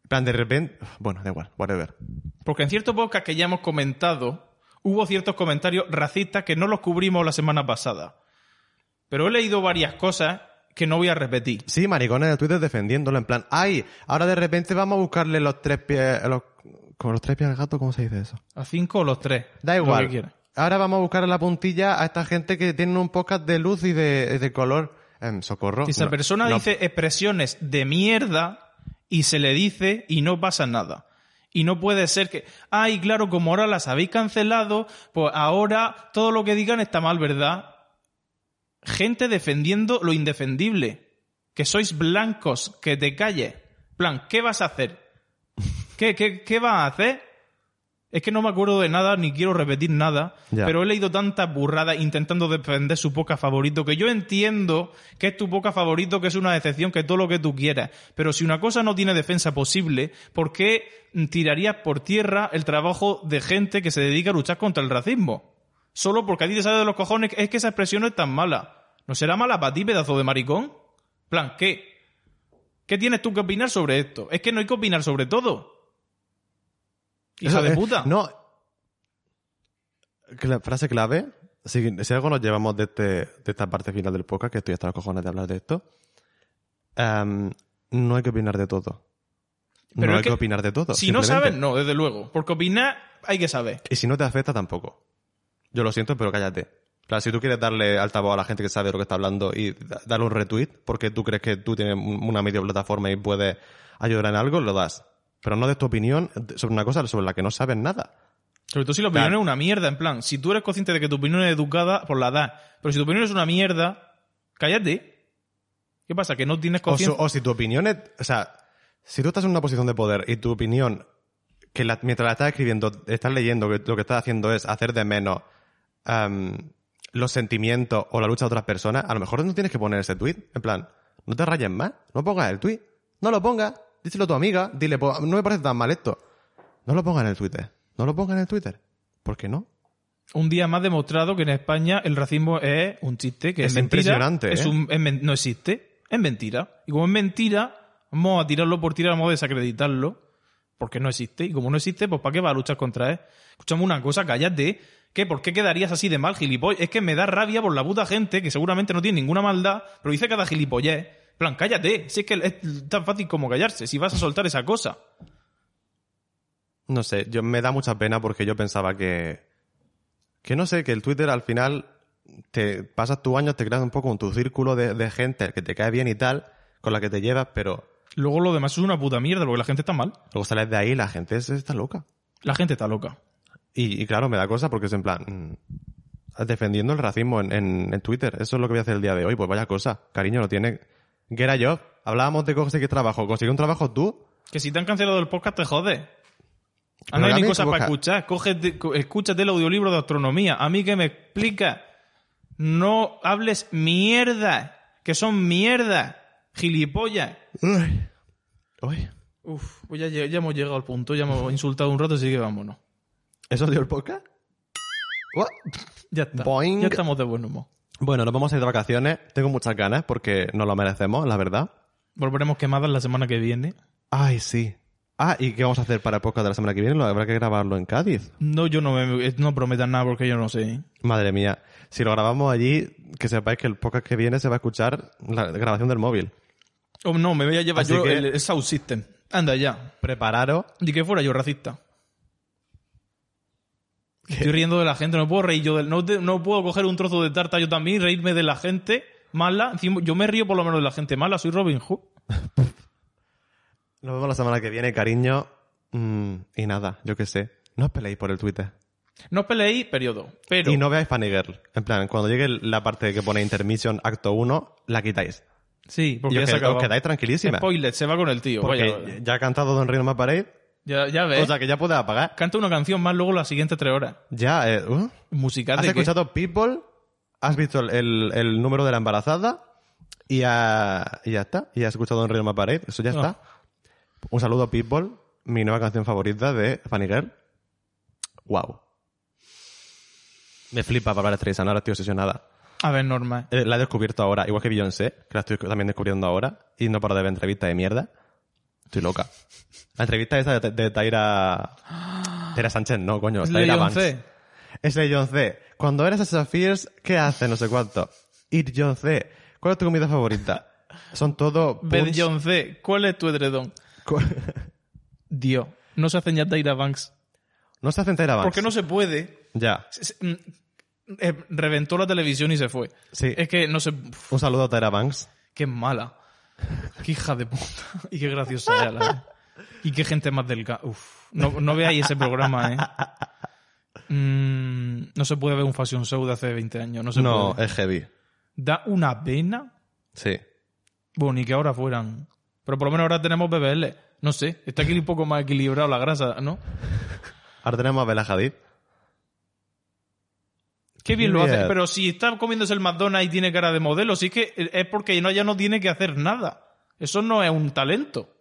En plan, de repente... Bueno, da igual, whatever.
Porque en ciertos podcast que ya hemos comentado, hubo ciertos comentarios racistas que no los cubrimos la semana pasada. Pero he leído varias cosas que no voy a repetir.
Sí, maricones de Twitter defendiéndolo, en plan, ay, ahora de repente vamos a buscarle los tres pies, los, como los tres pies al gato, ¿cómo se dice eso?
A cinco o los tres.
Da
lo
igual.
que quieras.
ahora vamos a buscar a la puntilla a esta gente que tiene un podcast de luz y de, de color. Em, socorro.
Si esa
No,
persona
no.
dice expresiones de mierda y se le dice y no pasa nada. Y no puede ser que, ay, claro, como ahora las habéis cancelado, pues ahora todo lo que digan está mal, ¿verdad? Gente defendiendo lo indefendible. Que sois blancos, que te calles. Plan, ¿qué vas a hacer? ¿Qué, qué, qué vas a hacer? Es que no me acuerdo de nada, ni quiero repetir nada,
Ya.
pero he leído tantas burradas intentando defender su poca favorito, que yo entiendo que es tu poca favorito, que es una decepción, que todo lo que tú quieras. Pero si una cosa no tiene defensa posible, ¿por qué tirarías por tierra el trabajo de gente que se dedica a luchar contra el racismo? Solo porque a ti te sale de los cojones, es que esa expresión no es tan mala. ¿No será mala para ti, pedazo de maricón? Plan, ¿qué? ¿Qué tienes tú que opinar sobre esto? Es que no hay que opinar sobre todo. Hija
Eso,
de
eh,
puta.
no. Cla- frase clave. Si, si algo nos llevamos de, este- de esta parte final del podcast, que estoy hasta los cojones de hablar de esto, em, no hay que opinar de todo.
Pero
no
es
hay que,
que
opinar de todo.
Si no
simplemente.
sabes, no, desde luego. Porque opinar hay que saber.
Y si no te afecta, tampoco. Yo lo siento, pero cállate. Claro, si tú quieres darle altavoz a la gente que sabe de lo que está hablando y da- darle un retweet porque tú crees que tú tienes un- una medio plataforma y puedes ayudar en algo, lo das. Pero no des tu opinión de- sobre una cosa sobre la que no sabes nada.
Sobre todo si la opinión
Claro.
es una mierda. En plan, si tú eres consciente de que tu opinión es educada, pues la das. Pero si tu opinión es una mierda, cállate. ¿Qué pasa? Que no tienes
O, su-
conciencia.
o si tu opinión es... O sea, si tú estás en una posición de poder y tu opinión, que la- mientras la estás escribiendo, estás leyendo, que lo que estás haciendo es hacer de menos am, los sentimientos o la lucha de otras personas, a lo mejor no tienes que poner ese tweet. En plan, no te rayes más, no pongas el tweet, no lo pongas, díselo a tu amiga, dile, "Pues, no me parece tan mal esto. No lo pongas en el Twitter, no lo pongas en el Twitter. ¿Por qué no?
Un día más demostrado que en España el racismo es un chiste, que es,
Es
mentira.
impresionante,
Es
¿eh?
un- es men- no existe, es mentira. Y como es mentira, vamos a tirarlo por tirar, vamos a desacreditarlo, porque no existe. Y como no existe, pues ¿para qué vas a luchar contra él? Escuchame una cosa, cállate. ¿Qué? ¿Por qué quedarías así de mal, gilipollas? Es que me da rabia por la puta gente que seguramente no tiene ninguna maldad, pero dice cada gilipollez. En plan, cállate. Si es que es tan fácil como callarse, si vas a soltar esa cosa.
No sé, yo me da mucha pena porque yo pensaba que. Que no sé, que el Twitter al final te pasas tu años, te creas un poco en tu círculo de, de gente que te cae bien y tal, con la que te llevas, pero
Luego lo demás es una puta mierda, porque la gente está mal.
luego sales de ahí y la gente es- está loca.
La gente está loca.
Y, y claro, me da cosa porque es en plan. mm, defendiendo el racismo en, en- en Twitter. Eso es lo que voy a hacer el día de hoy. Pues vaya cosa. Cariño, no tiene. ¿Qué era yo? Hablábamos de conseguir trabajo. ¿Conseguir un trabajo tú?
Que si te han cancelado el podcast, te jode.
Pero
Ah, no hay ni
dame
cosas
tu boca.
para escuchar. Cógete- co- escúchate el audiolibro de astronomía. A mí que me explica. No hables mierda. Que son mierda. Gilipollas.
Uy. Uy.
Uf, pues ya, lle- ya hemos llegado al punto. Ya hemos insultado un rato, así que vámonos.
¿Eso dio el podcast? What?
Ya está.
Boing.
Ya estamos de buen humor.
Bueno, nos vamos a ir de vacaciones. Tengo muchas ganas porque nos lo merecemos, la verdad.
Volveremos quemadas la semana que viene.
Ay, sí. Ah, ¿y qué vamos a hacer para el podcast de la semana que viene? Lo- Habrá que grabarlo en Cádiz.
No, yo no me eh, no prometan nada porque yo no sé. ¿eh?
Madre mía. Si lo grabamos allí, que sepáis que el podcast que viene se va a escuchar la grabación del móvil.
Oh, no, me voy a llevar
Así
yo
que-
el, el Sound System. Anda ya.
Prepararos.
Ni que fuera yo racista. Estoy riendo de la gente, no puedo reír yo del, no, te- no puedo coger un trozo de tarta yo también y reírme de la gente mala. Encima, yo me río por lo menos de la gente mala, soy Robin Hood.
Nos vemos la semana que viene, cariño. Mm, y nada, yo qué sé. No os peleéis por el Twitter.
No os peleéis, periodo. Pero
Y no veáis Funny Girl. En plan, cuando llegue la parte que pone Intermission Acto 1, la quitáis.
Sí, porque
y
ya
os,
se
qued- os
acabó.
quedáis tranquilísima.
Spoiler, se va con el tío.
Porque
vaya.
ya ha cantado Don Rino Maparey.
ya, ya ves.
O sea que ya puedes apagar.
Canta una canción más luego las siguientes tres horas.
Ya, eh, uh.
Musical
Has
de qué?
escuchado People, has visto el, el- el número de la embarazada y ya, y ya está. Y has escuchado Don Rino Maparey. Eso ya
Ah.
está. Un saludo, People, mi nueva canción favorita de Fanny Girl. Wow. Me flipa Barbara Streisand, ahora estoy obsesionada.
A ver, normal.
Eh, La he descubierto ahora, igual que Beyoncé, que la estoy también descubriendo ahora, y no paro de ver entrevistas de mierda. Estoy loca. La entrevista esa de, de [gasps] Taira... Taira Sánchez, no, coño,
¿Es
Taira
Lil
Banks.
Jon C?
Es de Beyoncé. Cuando eres a Safirs, ¿qué haces? No sé cuánto. Y Beyoncé, ¿cuál es tu comida favorita? Son
[laughs]
todo... punch.
Ver John C. ¿Cuál es tu edredón?
Co-
Dios. No se hacen ya Taira Banks.
No se hacen Taira Banks.
Porque no se puede.
Ya.
Se- se- mm, eh, reventó la televisión y se fue.
Sí.
Es que no se. Uf,
Un saludo a Taira Banks.
qué mala. Qué hija de puta. [laughs] Y qué graciosa era la verdad. Y qué gente más delgada. Uf. No, no veáis ese programa, ¿eh? Mm, no se puede ver un fashion show de hace 20 años. No se
No, eh.
puede.
es heavy.
Da una pena.
Sí.
Bueno, ni que ahora fueran. Pero por lo menos ahora tenemos BBL. No sé, está aquí un poco más equilibrado la grasa, ¿no?
Ahora tenemos a Bella Hadid.
Qué bien lo hace.
Bien.
Pero si está comiéndose el McDonald's y tiene cara de modelo, sí que es porque no, ya no tiene que hacer nada. Eso no es un talento.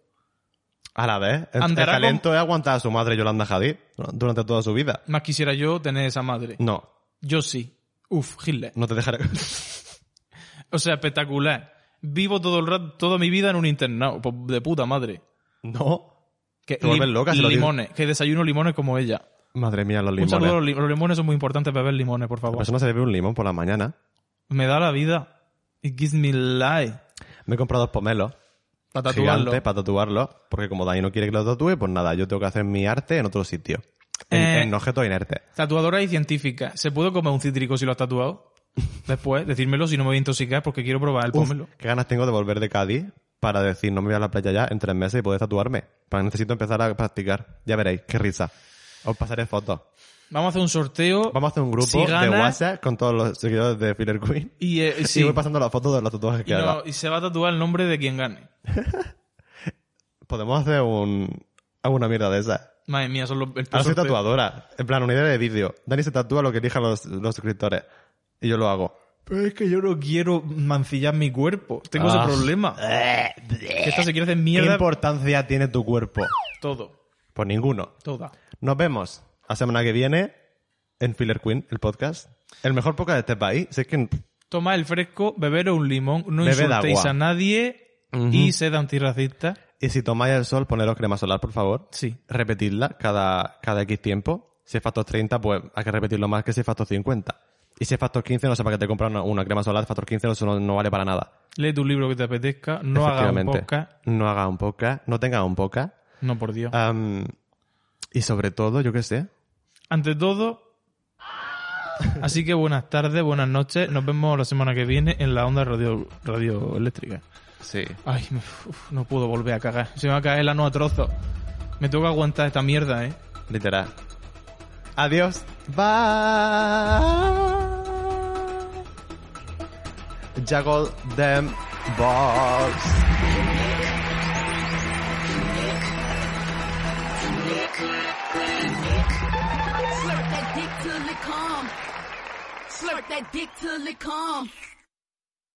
A la vez. El, el
Andará
talento es aguantar a su madre Yolanda Hadid durante toda su vida.
Más quisiera yo tener esa madre.
No,
Yo sí. Uf, Hitler.
no te dejaré. [laughs]
O sea, espectacular. Vivo todo el rato, toda mi vida en un internado. po- De puta madre.
no.
Que
Te vuelves loca si lo dices.
limones. Que desayuno limones como ella.
Madre mía, los
Un saludo a
limones.
los, li- los limones son muy importantes. Beber limones, por
La
favor.
persona se bebe un limón por la mañana.
Me da la vida. It gives me life.
Me he comprado dos pomelos
Para tatuarlo.
gigantes para tatuarlos, porque como Dani no quiere que los tatúe, pues nada, yo tengo que hacer mi arte en otro sitio. En,
Eh.
en objetos inertes.
Tatuadora y científica. ¿Se puede comer un cítrico si lo has tatuado? Después, decírmelo si no me voy a intoxicar porque quiero probar el
Uf,
pomelo.
qué ganas tengo de volver de Cádiz para decir, no me voy a la playa ya en tres meses y poder tatuarme. Para necesito empezar a practicar. Ya veréis, qué risa. Os pasaré fotos.
Vamos a hacer un sorteo.
Vamos a hacer un grupo
Si
de
ganas-
WhatsApp con todos los seguidores de Filler Queen. [laughs]
Y, eh, sí.
Y voy pasando las fotos de los tatuajes
Y
que
no-
haga.
y se va a tatuar el nombre de quien gane.
Podemos hacer un... alguna mierda de esas.
Madre mía, son los. el
Ahora soy
sorteo.
tatuadora. En plan, unidad de vídeo. Dani se tatúa lo que elijan los, los suscriptores. Y yo lo hago.
Pero es que yo no quiero mancillar mi cuerpo. Tengo ese
Ah. [laughs]
problema. Que Esta se quiere hacer
¿Qué
mierda.
importancia tiene tu cuerpo?
Todo.
Pues ninguno.
Toda.
Nos vemos la semana que viene en Filler Queen, el podcast. El mejor podcast de este país. Si es que
Toma el fresco, beberos un limón, no
Bebed
insultéis
agua.
a nadie y sed antirracista.
Y si tomáis el sol, poneros crema solar, por favor.
Sí.
Repetidla cada, cada X tiempo. Si es factor 30, pues hay que repetirlo más que si es factor 50. Y si es factor 15, no sé para qué te compras una, una crema solar. Factor 15 no- eso no, no vale para nada.
Lee tu libro que te apetezca, no hagas un
Efectivamente.
podcast.
No haga un podcast. No tenga un podcast.
No, por Dios.
Am, y sobre todo, yo qué sé.
Ante todo, así que buenas tardes, buenas noches. Nos vemos la semana que viene en la onda radio, radioeléctrica.
Sí.
Ay, me- uf, no puedo volver a cagar. Se me va a caer la nueva trozo. Me tengo que aguantar esta mierda, ¿eh?
Literal. Adiós. Bye. Juggle them balls.
Slurp that dick till it come. Slurp that dick till it come.